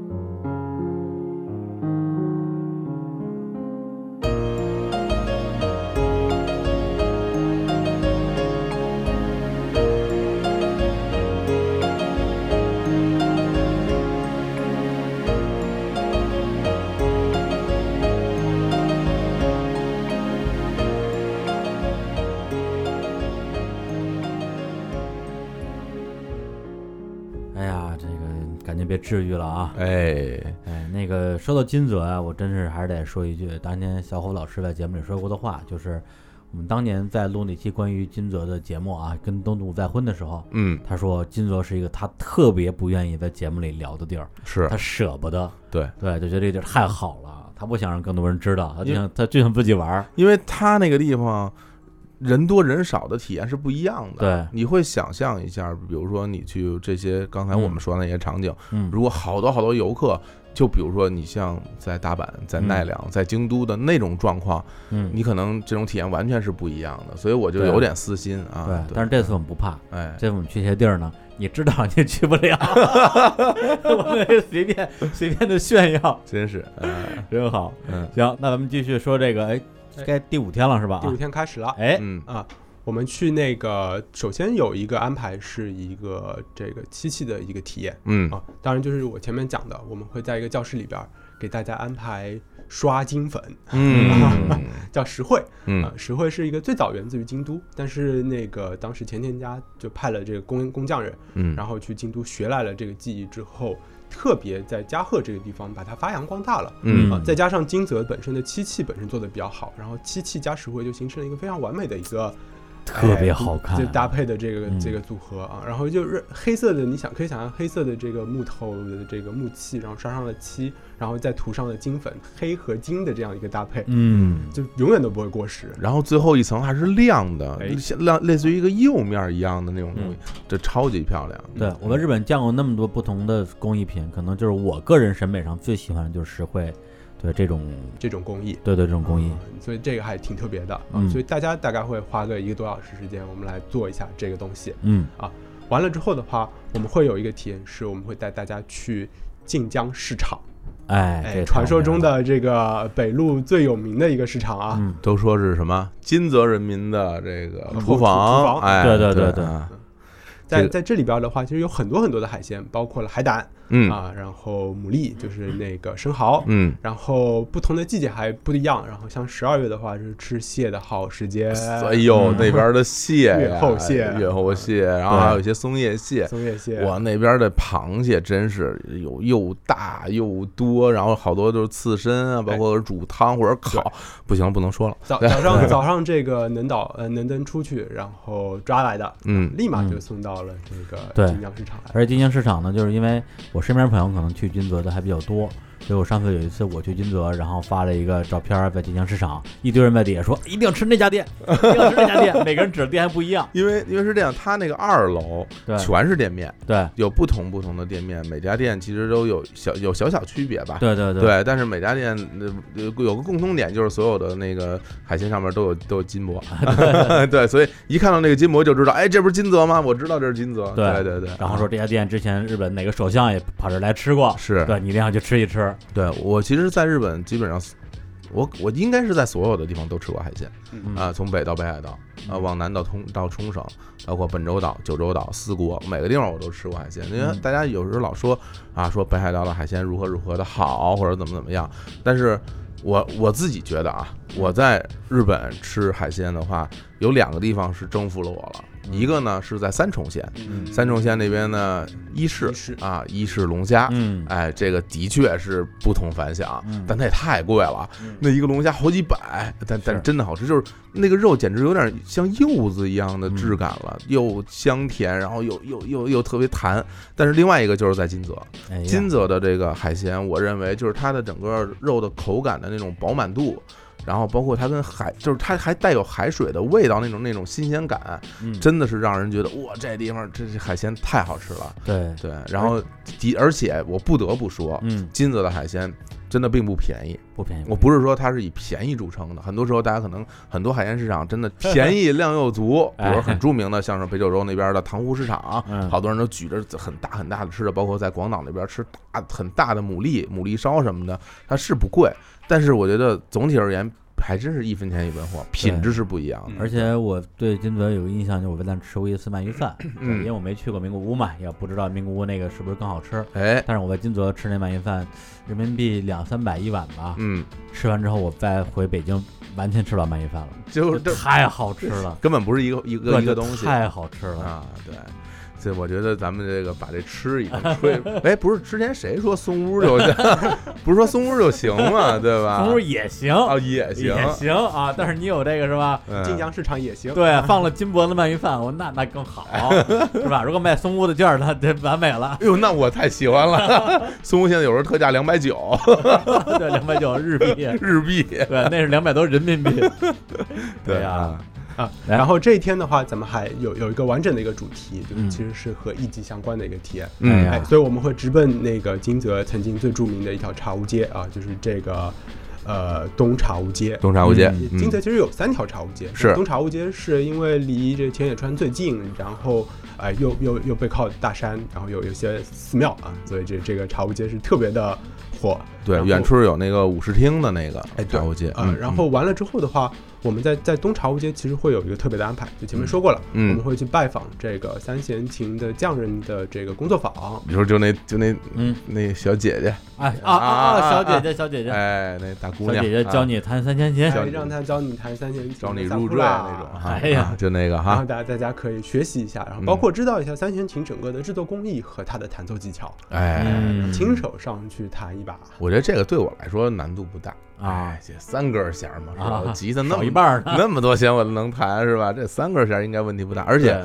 「啊，这个赶紧别治愈了啊！哎，哎，那个说到金泽啊，我真是还是得说一句，当年小虎老师在节目里说过的话，就是我们当年在录那期关于金泽的节目啊，跟东东再婚的时候，嗯，他说金泽是一个他特别不愿意在节目里聊的地儿，是他舍不得，对，对，就觉得这地儿太好了，他不想让更多人知道，他就因想他就想自己玩儿，因为他那个地方人多人少的体验是不一样的。对你会想象一下，比如说你去这些刚才我们说的那些场景，嗯，如果好多好多游客，就比如说你像在大阪、在奈良、在京都的那种状况，嗯，你可能这种体验完全是不一样的。所以我就对有点私心啊。对，但是这次我们不怕，哎，这次我们去些地儿呢，你知道你也去不 了，我们也随便随便的炫耀，真是，哎真好。嗯行，那咱们继续说这个，哎，该第五天了是吧？第五天开始了啊，，哎，嗯啊，我们去那个，首先有一个安排是一个这个漆器的一个体验 嗯啊，当然就是我前面讲的，我们会在一个教室里边儿给大家安排刷金粉，嗯叫石绘啊嗯，石绘是一个最早源自于京都，但是那个当时前田家就派了这个工工匠人， 嗯，然后去京都学来了这个技艺之后，特别在加贺这个地方把它发扬光大了。嗯啊，再加上金泽本身的漆器本身做的比较好，然后漆器加石灰就形成了一个非常完美的一个特别哎好看这搭配的这个嗯这个组合啊。然后就是黑色的，你想可以想象黑色的这个木头的这个木器，然后刷上了漆，然后再涂上了金粉，黑和金的这样一个搭配，嗯，就永远都不会过时。然后最后一层还是亮的哎，嗯像亮类似于一个釉面一样的那种东西，这超级漂亮。对我在日本见过那么多不同的工艺品，可能就是我个人审美上最喜欢的就是石灰，对这种，这种工艺，对对这种工艺，嗯所以这个还挺特别的啊。嗯所以大家大概会花个一个多小时时间，我们来做一下这个东西。嗯完了之后的话，我们会有一个体验是，我们会带大家去晋江市场，哎，这太哎，传说中美了，的这个北路最有名的一个市场啊。嗯，都说是什么金泽人民的这个嗯厨厨房哎，对对对对啊这在个在这里边的话，其实有很多很多的海鲜，包括了海胆嗯啊，然后牡蛎就是那个生蚝，嗯，然后不同的季节还不一样。然后像十二月的话是吃蟹的好时节，哎嗯呦，那边的蟹呀，越后蟹嗯越后蟹，然后对还有一些松叶蟹。松叶蟹，哇，那边的螃蟹真是有又大又多，然后好多都是刺身啊，包括煮汤或者烤。不行，不能说了。哎 哎早早上早上这个能岛呃能登出去，然后抓来的，嗯立马就嗯送到了这对个晋江市场来。而且金江市场呢，就是因为我身边朋友可能去金泽的还比较多，所以我上次有一次我去金泽，然后发了一个照片儿在金江市场，一堆人在底下说一定要吃那家店，一定要吃那家 店，每个人指的店还不一样，因为因为是这样，它那个二楼对全是店面，对有不同不同的店面，每家店其实都有小有小小区别吧。对对对对，但是每家店呃有有个共通点，就是所有的那个海鲜上面都有都有 金箔，对，所以一看到那个金箔就知道，哎，这不是金泽吗？我知道这是金泽，对对对。然后说这家店之前日本哪个首相也跑这儿来吃过，啊是啊对你一定要去吃一吃。对我其实，在日本基本上，我我应该是在所有的地方都吃过海鲜嗯啊、从北到北海道，啊、嗯往南到冲到冲绳，包括本州岛、九州岛、四国，每个地方我都吃过海鲜。因为嗯大家有时候老说啊，说北海道的海鲜如何如何的好，或者怎么怎么样，但是我我自己觉得啊，我在日本吃海鲜的话，有两个地方是征服了我了，嗯一个呢是在三重县，嗯三重县那边呢，伊势伊势啊，伊势龙虾，嗯，哎，这个的确是不同凡响，嗯但它也太贵了，嗯那一个龙虾好几百，但但真的好吃，就是那个肉简直有点像柚子一样的嗯质感了，又香甜，然后又又又又特别弹。但是另外一个就是在金泽，哎呀金泽的这个海鲜，我认为就是它的整个肉的口感的那种饱满度。然后包括它跟海，就是它还带有海水的味道，那种那种新鲜感，嗯真的是让人觉得哇，这地方这这海鲜太好吃了。对，对，然后的而且我不得不说，嗯，金泽的海鲜真的并不便宜。不便宜。我不是说它是以便宜著称的，很多时候大家可能很多海鲜市场 真的便宜量又足，比哎如很著名的像是北九州那边的塘沽市场嗯，好多人都举着很大很大的吃的，包括在广岛那边吃大很大的牡蛎、牡蛎烧什么的，它是不贵，但是我觉得总体而言还真是一分钱一文货，品质是不一样的。而且我对金泽有个印象，就是我在那吃过一次鳗鱼饭，嗯因为我没去过名古屋嘛，也不知道名古屋那个是不是更好吃。哎，但是我在金泽吃那鳗鱼饭，人民币两三百一碗吧。嗯，吃完之后，我再回北京，完全吃不了鳗鱼饭了，就是这太好吃了， 根本不是一个一个对一个就东西，啊太好吃了。啊，对。这我觉得咱们这个把这吃已经吹，哎，不是之前谁说松屋就， 不是说松屋就行吗？对吧？松屋也行，哦也行，也行啊，但是你有这个是吧？嗯晋江市场也 行。对，放了金箔的鳗鱼饭，我那那更好，是吧？如果卖松屋的券儿，那这完美了。哎呦，那我太喜 欢了！松屋现在有时候特价两百九对，两百九日币，对，日币，那是两百多人民币。对啊啊，啊，来然后这一天的话，咱们还有有一个完整的一个主题，就是嗯其实是和艺伎相关的一个体验。嗯哎呀哎，所以我们会直奔那个金泽曾经最著名的一条茶屋街啊，就是这个呃东茶屋街。东茶屋街，嗯金泽其实有三条茶屋街，是东茶屋街是因为离这浅野川最近，然后呃又又又背靠大山，然后有有些寺庙啊，所以这这个茶屋街是特别的火。然对，后远处有那个舞视厅的那个哎对茶屋街，嗯呃，然后完了之后的话，我们在在东茶屋街其实会有一个特别的安排，就前面说过了，嗯我们会去拜访这个三弦琴的匠人的这个工作坊。你说就那就那嗯，那小姐姐，哎啊啊啊啊！啊小姐姐，小姐姐，哎，那大姑小娘，姐姐教啊你弹三千琴，哎让他教你弹三弦琴，教你萨入库赘拉那种，哈，哎呀啊就那个然后哈，大家在家可以学习一下，然后嗯包括知道一下三弦琴整个的制作工艺和它的弹奏技巧，哎，嗯亲手上去弹一把。我觉得这个对我来说难度不大啊哎这三根弦儿嘛，是吧？啊我吉他那少么一半儿呢， 那么多弦我都能弹是吧？这三根弦儿应该问题不大，而且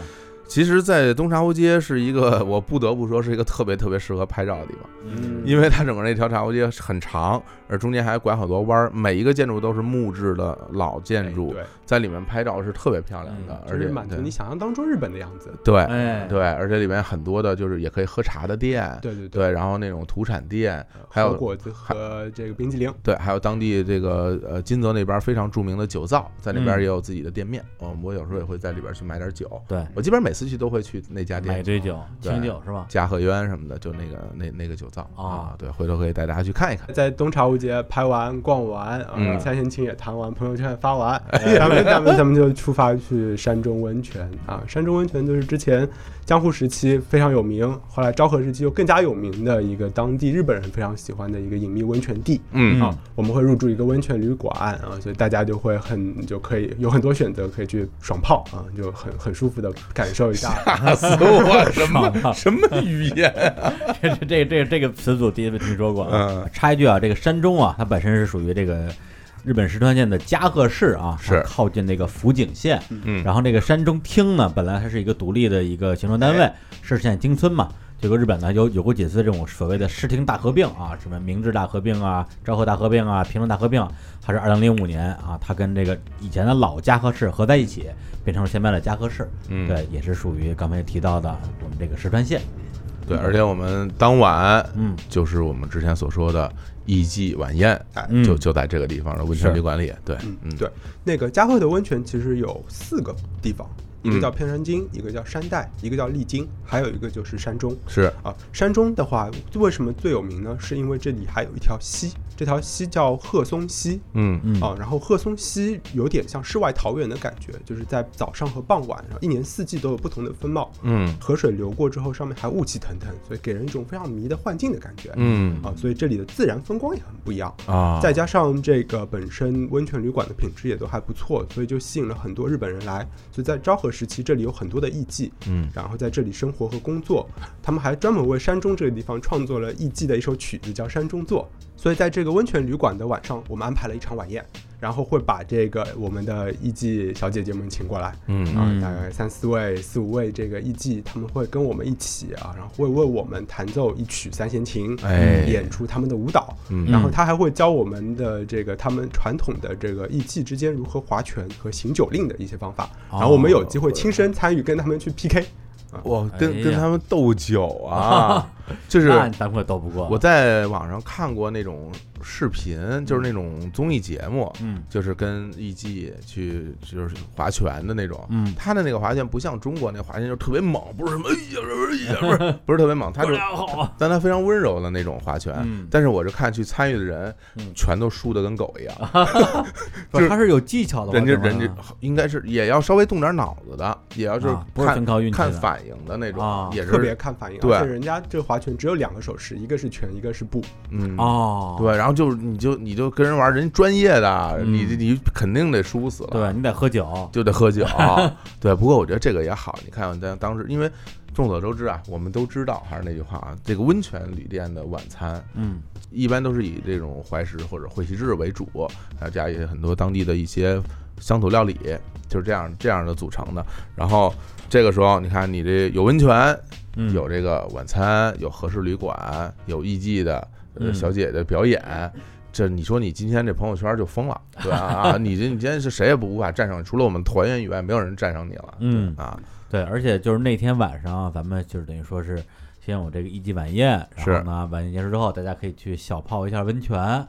其实，在东茶屋街是一个我不得不说是一个特别特别适合拍照的地方，嗯因为它整个那条茶屋街很长，而中间还拐好多弯儿，每一个建筑都是木质的老建筑，哎对，在里面拍照是特别漂亮的哎嗯，就而且是满足对你想象当中日本的样子。对哎，对，而且里面很多的就是也可以喝茶的店，对对，对，然后那种土产店，还有和果子和这个冰激凌。对，还有当地这个呃金泽那边非常著名的酒造，在那边嗯也有自己的店面，嗯，我有时候也会在里边去买点酒，对，我基本上每次去都会去那家买店。醉酒，对清酒是吧？嘉禾园什么的，就那个那那个酒造啊啊，对，回头可以带大家去看一看。在东茶屋街拍完、逛完，啊嗯，三弦琴也弹完，朋友圈也发完，咱们咱们咱们就出发去山中温泉啊！山中温泉就是之前江户时期非常有名，后来昭和时期又更加有名的一个当地日本人非常喜欢的一个隐秘温泉地。嗯嗯我们会入住一个温泉旅馆啊，所以大家就会很就可以有很多选择，可以去爽泡啊，就很很舒服的感受一下。打死我！什爽么 了什么语言？这这这这这个词组第一次听说过啊。嗯插一句啊，这个山中啊，它本身是属于这个日本石川县的加贺市啊，是它靠近这个福井县。嗯然后这个山中町呢，本来它是一个独立的一个行政单哎位，是县町村嘛。结果日本呢有有过几次这种所谓的市町大合并啊，什么明治大合并啊、昭和大合并啊、平成大合并啊，它是二零零五年啊，它跟这个以前的老加贺市合在一起，变成了现在的加贺市。嗯对，也是属于刚才提到的我们这个石川县。对，而且我们当晚嗯，就是我们之前所说的艺伎晚宴，哎嗯就就在这个地方的温泉是旅馆里。对，嗯，对，那个加贺的温泉其实有四个地方，一个嗯叫片山津，一个叫山代，一个叫丽津，还有一个就是山中。是啊，山中的话，为什么最有名呢？是因为这里还有一条溪，这条溪叫鹤松溪。嗯嗯啊，然后鹤松溪有点像世外桃源的感觉，就是在早上和傍晚，然后一年四季都有不同的风貌。嗯河水流过之后，上面还雾气腾腾，所以给人一种非常迷的幻境的感觉。嗯啊，所以这里的自然风光也很不一样。啊，再加上这个本身温泉旅馆的品质也都还不错，所以就吸引了很多日本人来。所以在昭和时期，这里有很多的艺妓，嗯然后在这里生活和工作。他们还专门为山中这个地方创作了艺妓的一首曲子，叫《山中作》。所以在这个温泉旅馆的晚上，我们安排了一场晚宴，然后会把这个我们的艺妓小姐姐们请过来。嗯啊嗯，大概三四位、四五位这个艺妓，他们会跟我们一起啊，然后会为我们弹奏一曲三弦琴，哎演出他们的舞蹈，嗯然后他还会教我们的这个他们传统的这个艺妓之间如何划拳和行酒令的一些方法，然后我哦们有机会亲身参与跟他们去 PK，哇，跟哎跟呀他们斗酒啊， 就是那咱们可斗不过。我在网上看过那种视频，就是那种综艺节目，嗯就是跟艺伎去就是划拳的那种。嗯他的那个划拳不像中国那划拳，就特别猛，不是什么哎呀，不是不是特别猛，他就是，好啊！但他非常温柔的那种划拳。嗯但是我是看去参与的人，嗯全都输的跟狗一样，不，就是他哦是有技巧的，人家我觉得人家应该是也要稍微动点脑子的，也要就是啊不是看、全靠运气看的。反应的那种，啊也是特别看反应，对而且人家这划拳只有两个手势，一个是拳，一个是步，嗯哦，对，然后就是你就你就跟人玩，人专业的，嗯你你肯定得输死了。对你得喝酒，就得 喝酒。对，不过我觉得这个也好。你看，咱当时因为众所周知啊，我们都知道，还是那句话啊，这个温泉旅店的晚餐嗯一般都是以这种怀石或者会席制为主，还有加一些很多当地的一些乡土料理，就是这样这样的组成的。然后这个时候，你看你这有温泉，嗯，有这个晚餐，有合适旅馆，有艺妓的呃嗯小姐的表演。这你说你今天这朋友圈就疯了，对吧？啊，你这你今天是谁也不无法战胜，除了我们团员以外，没有人战胜你了。嗯对啊，对，而且就是那天晚上啊，咱们就是等于说是先有这个一级晚宴，然后是呢，晚宴结束之后，大家可以去小泡一下温泉，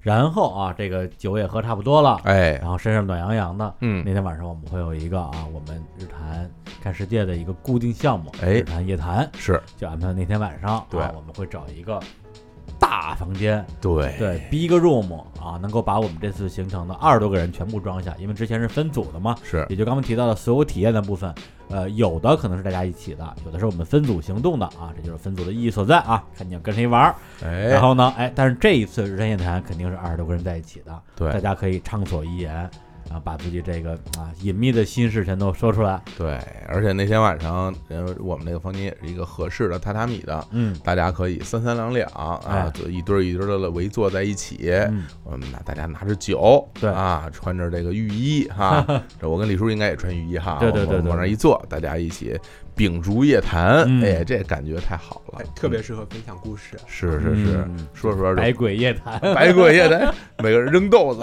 然后啊，这个酒也喝差不多了，哎，然后身上暖洋洋的。那嗯，天晚上我们会有一个啊，我们日坛看世界的一个固定项目，哎日坛夜谈，是就安排那天晚上啊，对我们会找一个大房间，对，对，big room 啊，能够把我们这次行程的二十多个人全部装下，因为之前是分组的嘛，是也就刚刚提到的所有体验的部分，呃，有的可能是大家一起的，有的是我们分组行动的啊，这就是分组的意义所在啊，看你要跟谁玩儿。然哎，后呢，哎，但是这一次日山夜谈肯定是二十多个人在一起的，大对家可以畅所欲言啊，把自己这个啊隐秘的心事全都说出来。对，而且那天晚上，呃，我们那个房间也是一个合适的榻榻米的。嗯，大家可以三三两两啊哎，就一对儿一对儿的围坐在一起，嗯我们大家拿着酒，对啊，穿着这个浴衣 哈，这我跟李叔应该也穿浴衣哈，对对对我们对往那一坐，大家一起秉烛夜谈，嗯哎，这感觉太好了哎，特别适合分享故事。是是是嗯，说哎说 百鬼夜谈，百鬼夜谈，每个人扔豆子，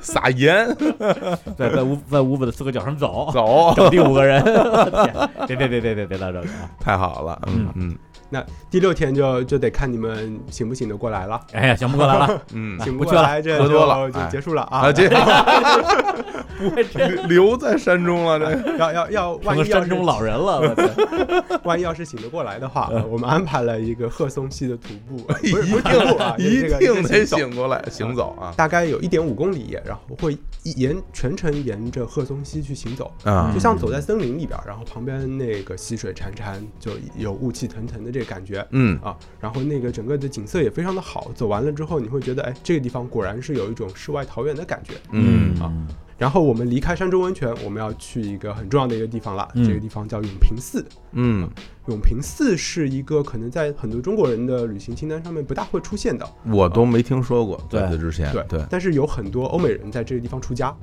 撒 盐，在在屋在屋子的四个角上 走，走，找第五个人， 我天别别别别别别到这个 啊！太好了，嗯嗯那第六天就就得看你们醒不醒得过来了，哎呀，想不过来了，嗯，醒不去过来这喝就多了就哎结束了啊啊，。这不会这 留在山中了，这要要 要，成万了一要山是中老人了，我天！万一要是醒得过来的话，我们安排了一个贺松溪的徒步，嗯 一不是不是徒步 啊，一这个定得，这个醒过来，行走啊大概有一点五公里，然后会一沿全程沿着贺松溪去行走，啊就像走在森林里边儿，然后旁边那个溪水潺潺，就有雾气腾腾的这个感觉。嗯啊，然后那个整个的景色也非常的好，走完了之后你会觉得，哎，这个地方果然是有一种世外桃源的感觉。嗯啊然后我们离开山州温泉，我们要去一个很重要的一个地方了，嗯这个地方叫永平寺。嗯，永平寺是一个可能在很多中国人的旅行清单上面不大会出现的，我都没听说过，对在此之前，对对，但是有很多欧美人在这个地方出家，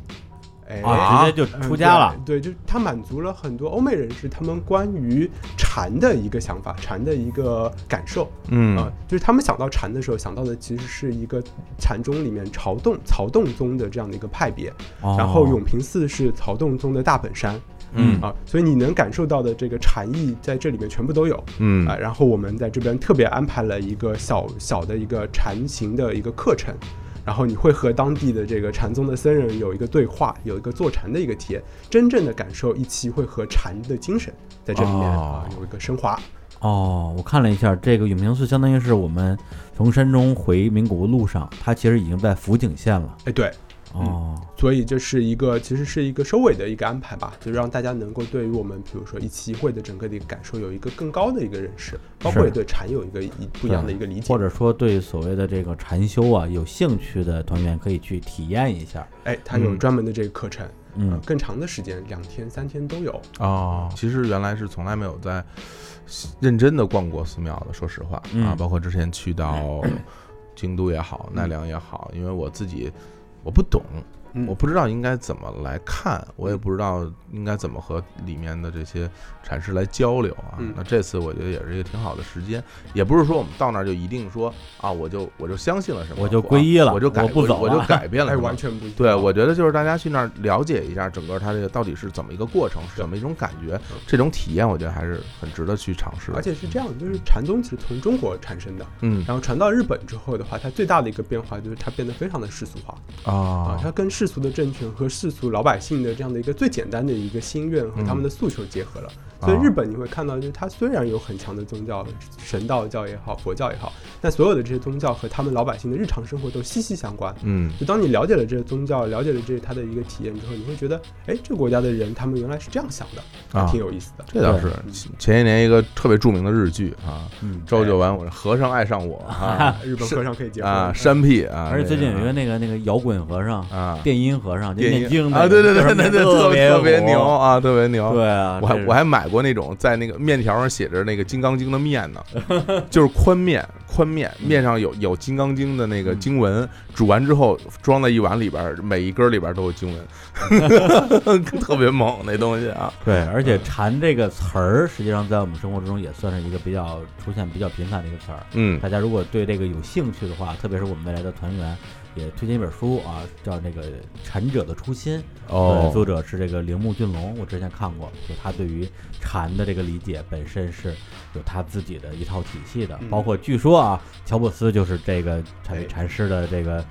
哎，啊，直接就嗯出家了，对，对，就它满足了很多欧美人士他们关于禅的一个想法，禅的一个感受。嗯啊，就是他们想到禅的时候，想到的其实是一个禅宗里面曹洞曹洞宗的这样的一个派别，哦然后永平寺是曹洞宗的大本山嗯啊，所以你能感受到的这个禅意在这里面全部都有嗯啊。然后我们在这边特别安排了一个小小的一个禅行的一个课程。然后你会和当地的这个禅宗的僧人有一个对话，有一个坐禅的一个体验，真正的感受一期会和禅的精神在这里面哦啊、有一个升华。 哦，我看了一下，这个永平寺相当于是我们从山中回名古屋路上，它其实已经在福井县了。哎，对，嗯哦，所以这是一个其实是一个收尾的一个安排吧，就让大家能够对于我们比如说一期一会的整个的一个感受有一个更高的一个认识，包括也对禅有一个一不一样的一个理解。或者说对所谓的这个禅修啊有兴趣的团员可以去体验一下。哎，它有嗯专门的这个课程，呃嗯，更长的时间，两天三天都有。哦，其实原来是从来没有在认真的逛过寺庙的，说实话、嗯啊，包括之前 去到京都也好，奈良也好，因为我自己我不懂，嗯我不知道应该怎么来看，我也不知道应该怎么和里面的这些禅师来交流啊。嗯那这次我觉得也是一个挺好的时间，也不是说我们到那儿就一定说啊，我就我就相信了什么，我就皈依了我就改我不走我了就改变了哎，什么，完全不一样。对，我觉得就是大家去那儿了解一下整个它这个到底是怎么一个过程，是怎么一种感觉，这种体验我觉得还是很值得去尝试的。而且是这样，就是禅宗其实从中国产生的，嗯然后传到日本之后的话，它最大的一个变化就是它变得非常的世俗化。啊啊，它跟嗯世俗的政权和世俗老百姓的这样的一个最简单的一个心愿和他们的诉求结合了，所以啊日本你会看到，就是它虽然有很强的宗教，神道教也好，佛教也好，但所有的这些宗教和他们老百姓的日常生活都息息相关。嗯就当你了解了这些宗教，了解了这它的一个体验之后，你会觉得，哎，这个国家的人他们原来是这样想的，还啊挺有意思的。这倒是前些年一个特别著名的日剧啊，嗯朝九晚五，和尚爱上我啊 日本和尚可以结婚啊，山屁啊，而且最近有一这个那个那个摇滚和尚，啊电音和尚，就电念经影的啊，对对对就是对对对，特特别特别火牛，啊，特别牛。对啊，我还这是我还买过那种在那个面条上写着那个《金刚经》的面 呢，就是宽面，宽面面上有有《金刚经》的那嗯个经文，煮完之后装在一碗里边儿，每一根儿里边儿都有经 文，特别猛那东西啊。对，而且“禅”这个词儿，实际上在我们生活之中也算是一个比较出现比较频繁的一个词儿。嗯大家如果对这个有兴趣的话，特别是我们未来的团员，也推荐一本书啊，叫那个《禅者的初心》。哦呃作者是这个铃木俊龙，我之前看过，就他对于禅的这个理解本身是有他自己的一套体系的，嗯包括据说啊，乔布斯就是这个哎禅禅师的这个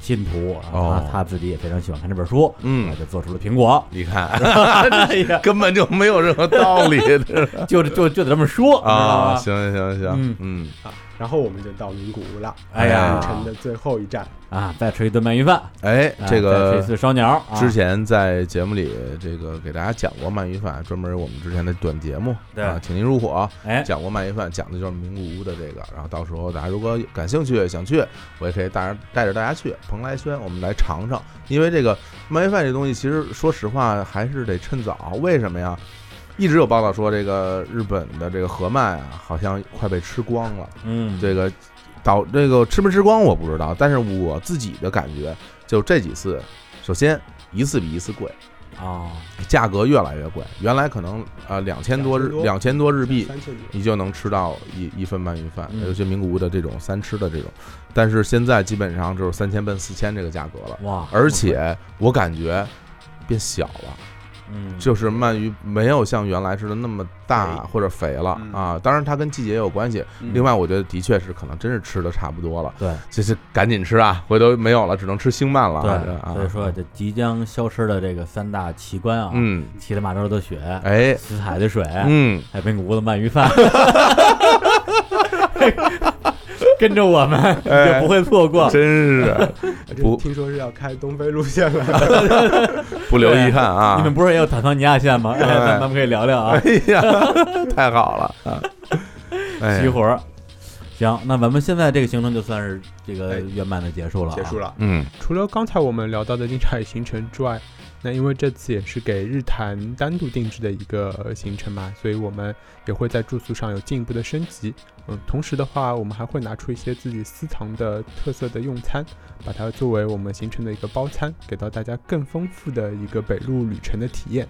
信徒，然后他、哦他自己也非常喜欢看这本书，嗯。啊就做出了苹果你看，哎呀， 根本就没有任何道理这 是就就就得这么说啊！你知道吗行行行嗯，嗯啊。然后我们就到名古屋了，哎呀旅程的最后一站，啊，再吃一顿鳗鱼饭，哎啊，这再个吃一次烧鸟，啊之前在节目里这个给大家讲过鳗鱼饭，专门我们之前的短节目对啊，请您入伙哎，讲过鳗鱼饭，讲的就是名古屋的这个。然后到时候大家如果感兴趣想去，我也可以带着带着大家去蓬莱轩，我们来尝尝。因为这个鳗鱼饭这东西，其实说实话还是得趁早。为什么呀？一直有报道说这个日本的这个河鳗啊，好像快被吃光了。嗯，这个导这个吃没吃光我不知道，但是我自己的感觉就这几次，首先一次比一次贵，啊，价格越来越贵。原来可能呃两千多日两千多日币三千多。你就能吃到一一份鳗鱼饭，嗯尤其名古屋的这种三吃的这种，但是现在基本上就是三千奔四千这个价格了，哇，而且我感觉变小了。嗯，就是鳗鱼没有像原来似的那么大肥或者肥了嗯啊，当然它跟季节也有关系。嗯另外，我觉得的确是可能真是吃的差不多了，对就是赶紧吃啊，回头没有了只能吃星鳗了啊。这对，啊所以说这即将消失的这个三大奇观啊，嗯，骑的马洲的雪， 哎，死海的水， 嗯，海滨谷的鳗鱼饭， 跟着我们哎就不会错过。真是不这听说是要开东非路线了， 不留遗憾啊你们。不是也有坦桑尼亚线吗？哎咱咱们可以聊聊啊，哎呀， 太好了啊！哎齐呀，活儿。行，那咱们现在这个行程就算是这个哎圆满的结束了、啊结束。了。嗯，除了刚才我们聊到的精彩行程之外，那因为这次也是给日坛单独定制的一个呃行程嘛，所以我们也会在住宿上有进一步的升级。嗯，同时的话，我们还会拿出一些自己私藏的特色的用餐，把它作为我们行程的一个包餐，给到大家更丰富的一个北路旅程的体验。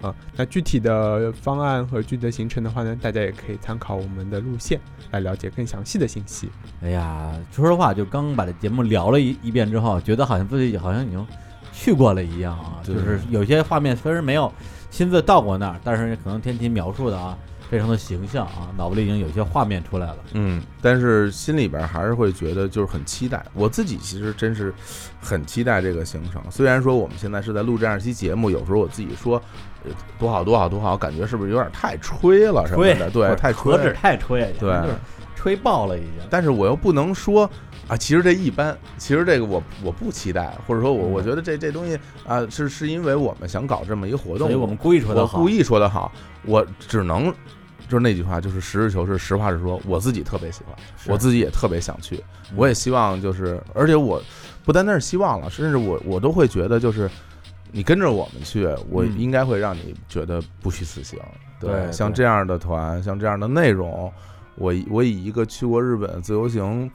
啊、那具体的方案和具体的行程的话呢，大家也可以参考我们的路线来了解更详细的信息。哎呀，说实话，就刚把这节目聊了一一遍之后，觉得好像自己好像已经去过了一样啊。对就是有些画面虽然没有亲自到过那儿，但是可能天琪描述的啊，非常的形象啊，脑子里已经有些画面出来了。嗯，但是心里边还是会觉得就是很期待。我自己其实真是很期待这个行程。虽然说我们现在是在录这样一期节目，有时候我自己说呃多好多好多好，感觉是不是有点太吹了什么吹的？对，太吹何止。太吹呀，对就是吹爆了已经。但是我又不能说啊，其实这一般，其实这个我我不期待，或者说我嗯我觉得这这东西啊，是是因为我们想搞这么一个活动，所以我们故意说的我好，故意说的好，我只能就是那句话，就是实事求是，实话实说，我自己特别喜欢，是我自己也特别想去，嗯我也希望就是，而且我不单单是希望了，甚至我我都会觉得就是。你跟着我们去，我嗯应该会让你觉得不虚此行。对像对这样的团，像这样的内容，我以我以一个去过日本自由行、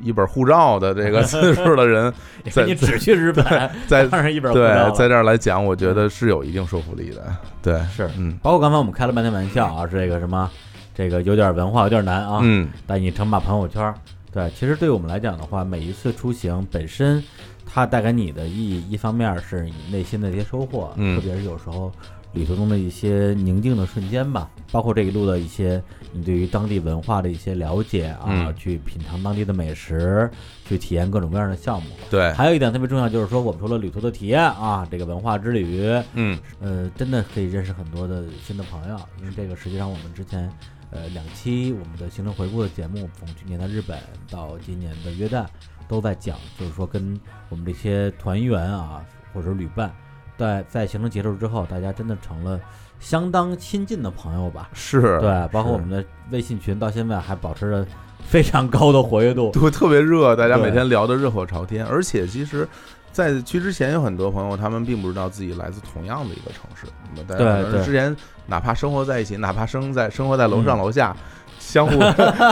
一本护照的这个次数的人，在你只去日本， 在当然一本不知道对了在这儿来讲，我觉得是有一定说服力的。对，是嗯包括刚才我们开了半天玩笑啊，是这个什么，这个有点文化，有点难啊。嗯，带你称霸朋友圈儿。对，其实对于我们来讲的话，每一次出行本身，它带给你的意义，一方面是你内心的一些收获，嗯特别是有时候旅途中的一些宁静的瞬间吧，包括这一路的一些你对于当地文化的一些了解啊，嗯去品尝当地的美食，去体验各种各样的项目。对，还有一点特别重要，就是说我们除了旅途的体验啊，这个文化之旅，嗯，呃，真的可以认识很多的新的朋友，因为这个实际上我们之前，呃，两期我们的行程回顾的节目，从去年的日本到今年的约旦，都在讲，就是说跟我们这些团员啊，或者是旅伴，在在行程结束之后，大家真的成了相当亲近的朋友吧？是，对，包括我们的微信群到现在还保持着非常高的活跃度。对，特别热，大家对每天聊得热火朝天。而且其实，在去之前有很多朋友，他们并不知道自己来自同样的一个城市。那么大家对可对能之前哪怕生活在一起，哪怕生在生活在楼上嗯楼下，相互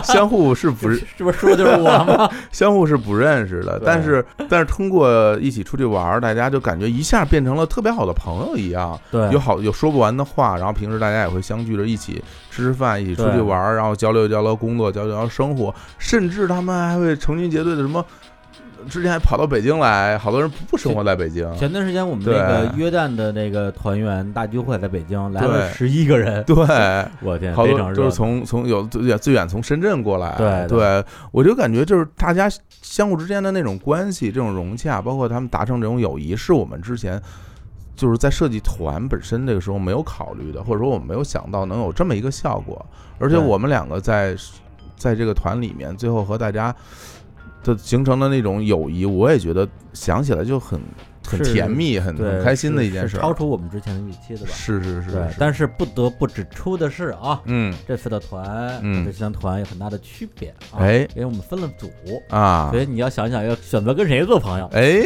相互是不是是不是说的就是我吗？ 相互是不认识的，对但是但是通过一起出去玩儿，大家就感觉一下变成了特别好的朋友一样，对，有好有说不完的话，然后平时大家也会相聚着一起吃吃饭，一起出去对玩儿，然后交流交流工作，交流交流生活，甚至他们还会成群结队的什么，之前还跑到北京来，好多人不不生活在北京，前段时间我们那个对约旦的那个团员大聚会在北京来了对十一个人，对，我天，好非多常就热闹。是从从有最远最远从深圳过来，对对我就感觉就是大家相互之间的那种关系、这种融洽，包括他们达成这种友谊，是我们之前就是在设计团本身这个时候没有考虑的，或者说我们没有想到能有这么一个效果。而且对我们两个在在这个团里面，最后和大家的形成的那种友谊，我也觉得想起来就很很是甜蜜、很对，很开心的是一件是事儿。超出我们之前的预期的吧？是是是对是，，但是不得不指出的是啊，嗯，这次的团，嗯这次的团有很大的区别啊，哎因为我们分了组，啊所，以你要想想要选择跟谁做朋友。哎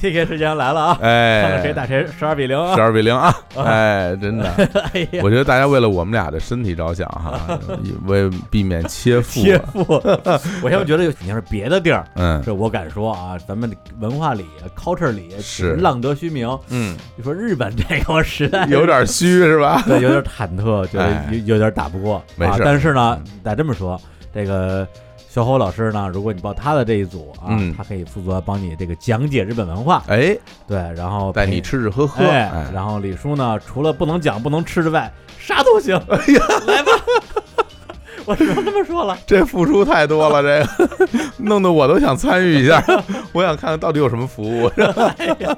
T K 时间来了啊，哎，看看谁打谁，十二比零啊十！二比 零啊！哎，真的，哎呀，我觉得大家为了我们俩的身体着 想哈，也为避免切腹，啊切腹！ 我现在觉得肯定是别的地儿，嗯这我敢说啊，咱们文化里、culture 里是浪得虚名，嗯，你说日本这个我实在是有点虚是 吧？对，有点忐忑，觉得哎有有点打不过。没啊事儿嗯但是呢，得这么说，这个小侯老师呢，如果你报他的这一组啊，嗯他可以负责帮你这个讲解日本文化，哎，对，然后带陪你。吃吃喝喝，哎，哎，然后李叔呢，除了不能讲、不能吃之外，啥都行。哎来吧， 我只能这么说了。这付出太多了，这个弄得我都想参与一 下，我想看看到底有什么服务，哎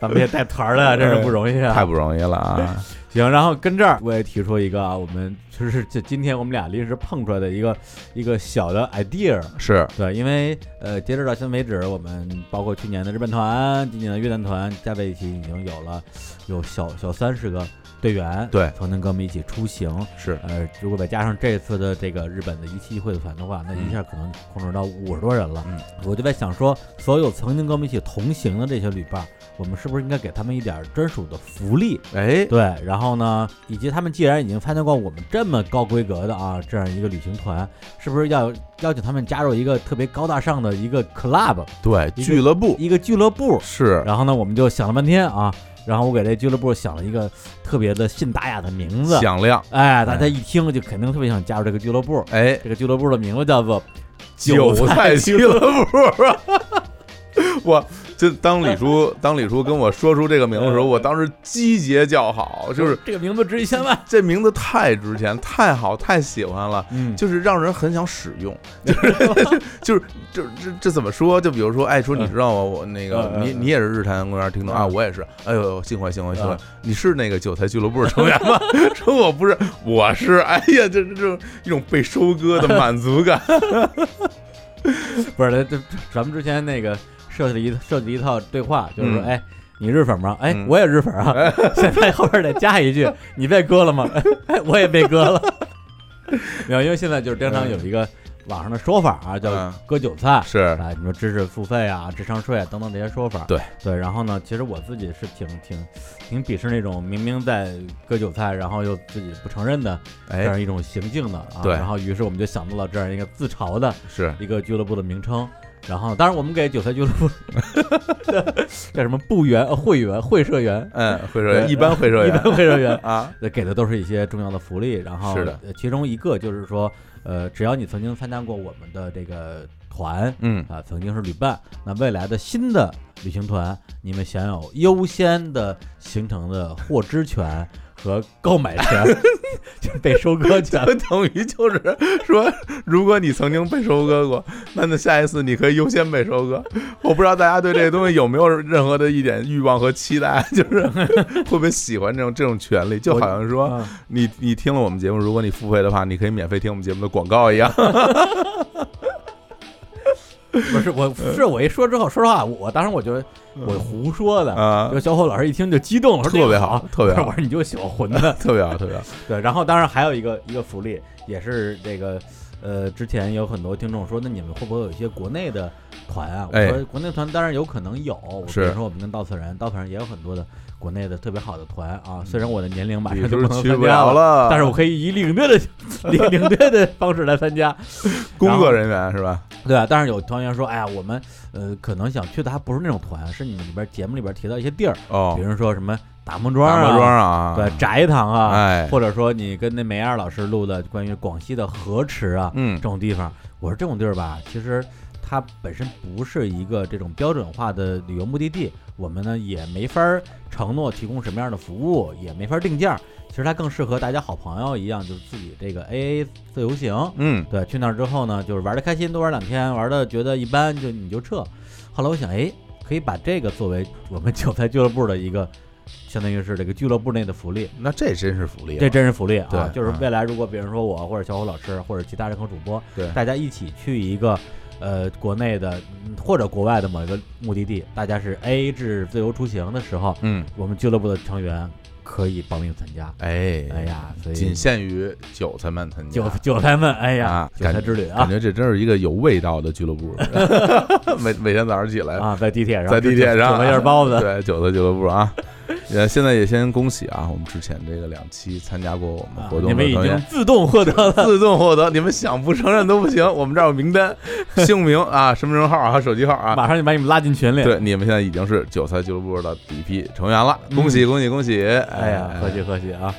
咱们也带团儿了，真是不容易啊！太不容易了啊！行，然后跟这儿我也提出一个啊，我们就是这今天我们俩临时碰出来的一个一个小的 idea，是，对，因为呃，截止到现在为止，我们包括去年的日本团、今年的越南团加在一起，已经有了有小小三十个队员，对曾经跟我们一起出行。是，呃，如果再加上这次的这个日本的一期会团的话，那一下可能控制到五十多人了。嗯，我就在想说，所有曾经跟我们一起同行的这些旅伴，我们是不是应该给他们一点专属的福利？哎，对，然后呢，以及他们既然已经参加过我们这么高规格的啊这样一个旅行团，是不是要邀请他们加入一个特别高大上的一个 club 对，个俱乐部一个俱乐部？是然后呢，我们就想了半天啊，然后我给这俱乐部想了一个特别的信达雅的名字，响亮，哎，大家一听就肯定特别想加入这个俱乐部。哎，这个俱乐部的名字叫做韭菜菜俱乐部。 我这当李叔当李叔跟我说出这个名字的时候，我当时击节叫好，就是这个名字值一千万，这名字太值钱，太好，太喜欢了。 嗯，就是让人很想使用，就是 就是这这这怎么说？就比如说，哎，说你知道吗？我那个嗯嗯你嗯你也是日坛公园听众啊，嗯我也是。哎呦，幸会幸会幸会嗯！你是那个韭菜俱乐部的成员吗？ 说我不是，我是。哎呀，这这这一种被收割 的满足感。不是，这这咱们之前那个设计了一设计了一套对话，就是说，嗯哎，你日粉吗？哎，嗯我也日粉 啊。现在后边得加一句，你被割了吗？ 哎，我也被割了。 没有，因为现在就是经常有一个网上的说法啊，叫嗯割韭菜。是，啊，你说知识付费啊、智商税啊等等这些说法，对对。然后呢，其实我自己是挺挺挺鄙视那种明明在割韭菜，然后又自己不承认的这哎，样一种行径的啊。对然后，于是我们就想到了这样一个自嘲的是一个俱乐部的名称。然后，当然我们给韭菜俱乐部叫什么部员、呃会员、会社员、嗯，会社员对一般会社一员般会社员，啊，呃给的都是一些重要的福利。然后，是的呃，其中一个就是说，呃，只要你曾经参加过我们的这个团，嗯啊，曾经是旅伴，那未来的新的旅行团，你们享有优先的行程的获知权和购买权， 就是被收割 权。等于就是说， 如果你曾经被收割过，那那下一次你可以优先被收割。我不知道大家对这个东西有没有任何的一点欲望和期待， 就是会不会喜欢这种这种权利？就好像说，嗯你你听了我们节目，如果你付费的话，你可以免费听我们节目的广告 一样。不是我，是我一说之后，说实话，我当时我就我胡说的，嗯啊就小伙老师一听就激动了，说特别这个好特别好我说你就喜欢混 的，特别好，特别好。 对。然后当然还有一个一个福利，也是这个呃，之前有很多听众说，那你们会不会有一些国内的团啊？我哎说国内团当然有可能有，我比是如说我们跟稻草人，稻草人也有很多的国内的特别好的团啊。嗯虽然我的年龄马上你就是不能去参不加了了，但是我可以以领队的 领领队的方式来参加。工作人员是吧？对啊，但是有团员说，哎呀，我们呃可能想去的还不是那种团，是你们里边节目里边提到一些地儿，哦比，如说什么达摩庄大啊，包装啊，对，翟堂啊，哎或者说你跟那梅二老师录的关于广西的河池啊，嗯这，种地方，我说这种地儿吧，其实它本身不是一个这种标准化的旅游目的地，我们呢也没法儿承诺提供什么样的服务，也没法儿定价儿。其实它更适合大家好朋友一样，就是自己这个 AA 自由行，嗯，对，去那儿之后呢，就是玩的开心，多玩两天，玩的觉得一般就你就撤。后来我想，哎，可以把这个作为我们韭菜俱乐部的一个，相当于是这个俱乐部内的福利，那这真是福利了，这真是福利啊！对就是嗯未来如果比如说我或者小虎老师或者其他任何主播，对大家一起去一个。呃，国内的嗯或者国外的某一个目的地，大家是 A 制自由出行的时候，嗯，我们俱乐部的成员可以报名参加。哎哎，呀，所以仅限于韭菜们参加，韭韭菜们，哎呀啊，韭菜感之旅啊感，觉这真是一个有味道的俱 乐部，每每天早上起来，啊，在地铁上，在地铁上韭菜馅包子，对韭菜俱乐部啊， 呃，现在也先恭喜啊，我们之前这个两期参加过我们啊活动你的们已朋友经。自动获得了。自动获得，你们想不承认都不行。我们这儿有名单、姓名啊、身份证号啊、手机号啊，马上就把你们拉进群里。，对，你们现在已经是韭菜俱乐部的第一批成员了，恭喜恭喜恭喜！嗯哎哎呀，客气客气啊，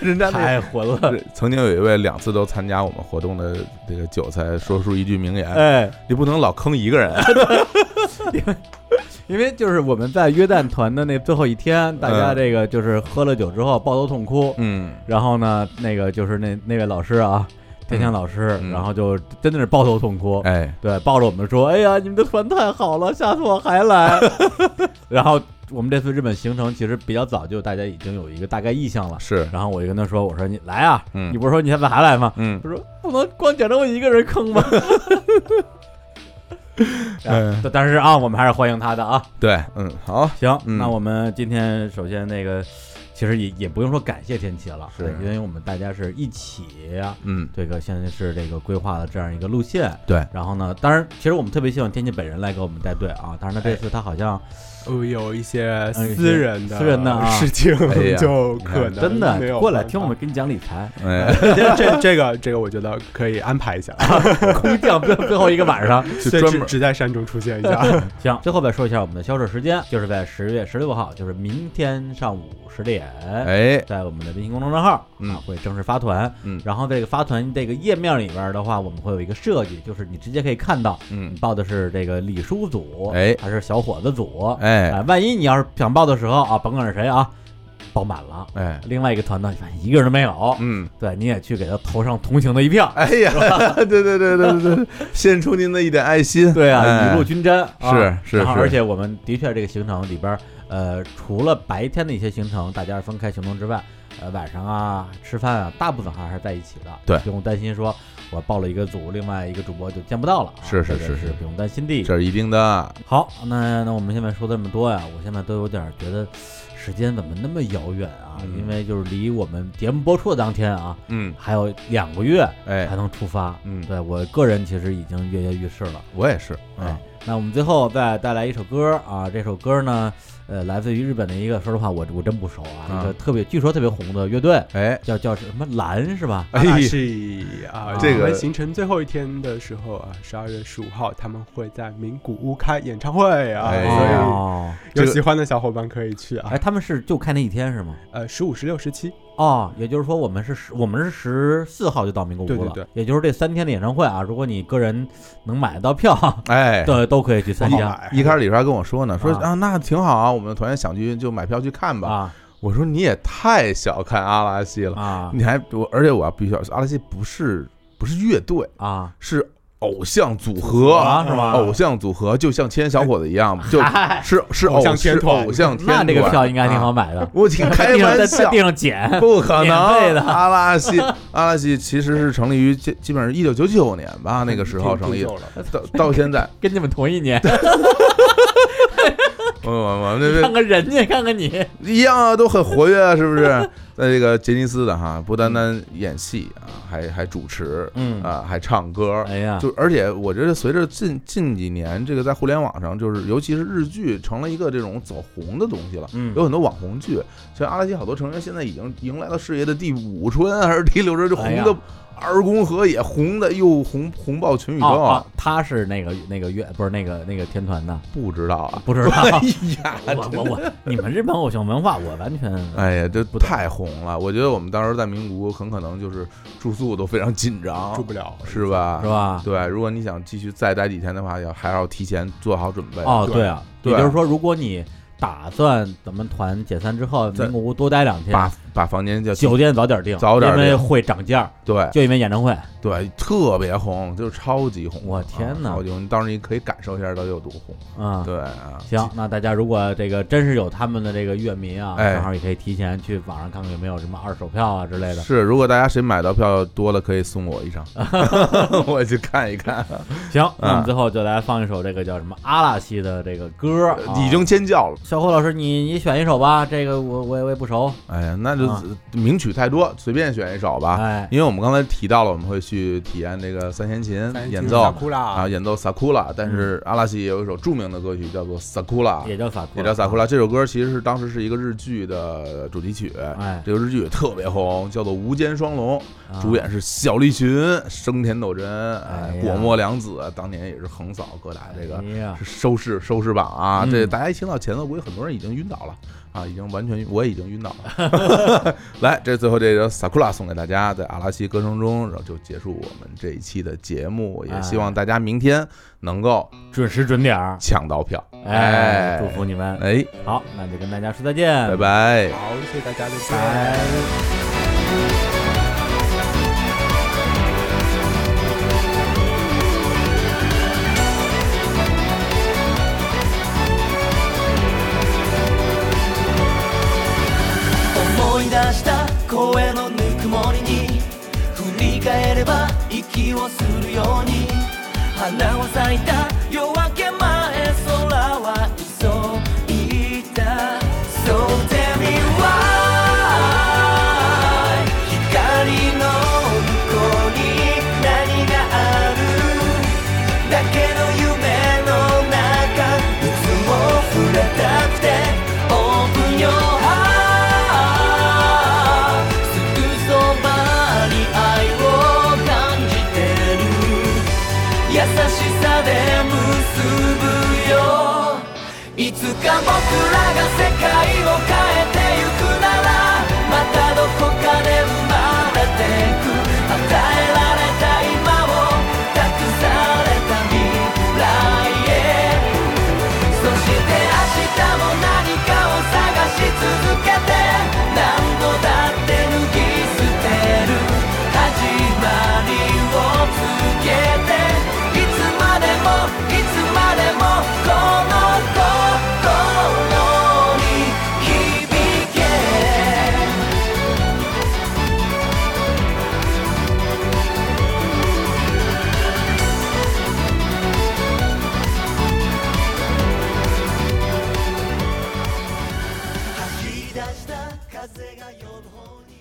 人家那太混 了。是曾经有一位两次都参加我们活动的这个韭菜，说出一句名言：哎，你不能老坑一 个人。因为就是我们在约旦团的那最后一天，大家嗯这个就是喝了酒之后抱头痛哭，嗯，然后呢，那个就是那那位老师啊，天翔老师，嗯然后就真的是抱头痛哭。哎，对，抱着我们说：“哎呀，你们的团太好了，下次我还来。”然后我们这次日本行程其实比较早，就大家已经有一个大概意向了。是，然后我就跟他说：“我说你来啊，嗯你不是说你下次还来吗？”嗯，他说不能光捡着我一个人坑 吧。嗯但但是啊，我们还是欢迎他的啊。对，嗯，好，行，嗯那我们今天首先那个，其实也也不用说感谢天奇了，是对因为我们大家是一起嗯，这个现在是这个规划了这样一个路线。对，然后呢，当然，其实我们特别希望天奇本人来给我们带队啊。但是呢，这次他好像呃，有一些有一些私人的私人的啊事情哎呀，就可能真没有的过来办法听我 们。给你讲理财，哎，这这这个这个，我觉得可以安排一下， 空降最最后一个晚上。就对专只门只在山中出现 一下。啊行，最后再说一下我们的销售时间，就是在十月十六号，就是明天上午十点。哎，在我们的微信公众账号嗯啊会正式发团，嗯然后这个发团这个页面里边的话，我们会有一个设计，就是你直接可以看到你嗯，报的是这个李叔组，哎还是小伙子组，哎，啊万一你要是想报的时候啊，甭管是谁啊，报满了，哎，另外一个团呢，反正一个人都没有，嗯，对，你也去给他投上同情的一票，哎呀， 对对对对对对，献出您的一点爱 心。对啊，哎雨露均沾，啊是是然后是而且我们的确这个行程里边儿，呃，除了白天的一些行程大家是分开行动之外，呃，晚上啊吃饭啊，大部分还是在一起的，对不用担心说我报了一个组，另外一个主播就见不到了、啊，是是这个是是是不用担心的。这是一定的，好，那那我们现在说这么多呀，我现在都有点儿觉得时间怎么那么遥远啊，嗯因为就是离我们节目播出的当天啊，嗯，还有两个月才哎，能出发。嗯对我个人其实已经跃跃欲试了。我也是，哎啊，，那我们最后再带来一首歌啊，这首歌呢，呃，来自于日本的一个，说实话我我真不熟啊，啊一个特别据说特别红的乐队，哎，叫叫什么蓝是吧？哎那是啊，这我个们行程最后一天的时候啊，十二月十五号他们会在名古屋开演唱会啊，哎呀所哦，以这有个喜欢的小伙伴可以去啊哎，。他们们是就开那一天是吗？呃，十五、十六、十七，哦，也就是说我们是十，我们是十四号就到名古屋了，对对对也就是这三天的演唱会啊，如果你个人能买得到票，哎，对，都可以去参不好加买一开始李叔还跟我说呢，说啊啊那挺好啊，我们团员想去就买票去看吧。啊我说你也太小看阿拉西了，啊你还我，而且我要必须要说，阿拉西不是不是乐队，啊是偶像组合啊是吗偶像组合就像千小伙子一样，就是是偶偶像天是团偶 像天那团。这个票应该挺好啊，买的，我听开地上 在玩在笑地。上捡，不可免费能的阿拉西，阿拉西其实是成立于基基本上一九九九年吧，那个时候挺成立 挺的，久了到到现在，跟你们同一年，我我我那看那看人家，看看 你一样啊，都很活跃啊，是不是？在这个杰尼斯的哈，不单单演戏啊，还还主持，嗯啊，还唱歌，哎呀就而且我觉得随着近近几年这个在互联网上，就是尤其是日剧成了一个这种走红的东西了，嗯有很多网红剧，像阿拉西好多成员现在已经迎来了事业的第五春啊还是第六春，就哎红呀的。二宫和也红的又红红爆群宇宙啊哦哦，他是那个那个乐不是那个那个天团的，不知道啊，不知 道。呀我我我，你们日本偶像文化我完全哎呀，这不懂太红了！我觉得我们到时候在名古屋很可能就是住宿都非常紧张，住不了，是吧？啊是？吧？对，如果你想继续再待几天的话，要还要提前做好准备。哦，对对啊，对也就是说，如果你打算咱们团解散之后，在名古屋多待两把天，把房间叫酒店早点订，早点哎因为订会涨价，对就因为演唱会。对，特别红，就是超级红。我天哪啊超级红！你到时候你可以感受一下到底有多红。嗯，对啊，行，那大家如果这个真是有他们的这个乐迷啊，哎正好也可以提前去网上看看有没有什么二手票啊之类的。是，如果大家谁买到票多了，可以送我 一张，我去看一看。哦行，那我们嗯最后就来放一首这个叫什么阿拉西的这个歌啊，已经尖叫了。小侯老师，你你选一首吧，这个我我也我也不熟。哎呀，那就啊名曲太多，随便选一首吧。哎，因为我们刚才提到了，我们会去体验这个三弦琴演奏哭啊，啦，演奏《Sakura》，但是阿拉西也有一首著名的歌曲叫做《Sakura》，嗯啊也叫法库，也叫《Sakura》。这首歌其实是当时是一个日剧的主题曲，哎这个日剧也特别红，叫做《无间双龙》，啊主演是小栗旬、生田斗真、哎哎呀广末凉子，当年也是横扫各大这个哎呀收视收视榜啊，嗯这大家一听到前奏，估计很多人已经晕倒了啊，已经完全晕我也已经晕倒了。 来，这最后这首《Sakura》送给大家，在阿拉西歌声中，然后就结束我们这一期的节目，也希哎望大家明天能够准时准点儿，抢到票。哎，哎，祝福你们。哎，好，那就跟大家说再见，拜拜。好，谢谢大家的支拜持。思い出した声のぬくもりに振り返れば息をするように花は咲いた夜明け前空は急いだ So tell me why 光の向こうに何があるだけの夢の中いつも触れたくて Open your heart すぐそばに愛を感じてる優しさで結ぶよいつか僕らが世界を変えてゆくならまたどこかで生まれてく与えられた今を託された未来へそして明日も何かを探し続けて何度だって脱ぎ捨てる始まりをつけていつまでもいつまでもこの心に響け吐き出した風が呼ぶ方に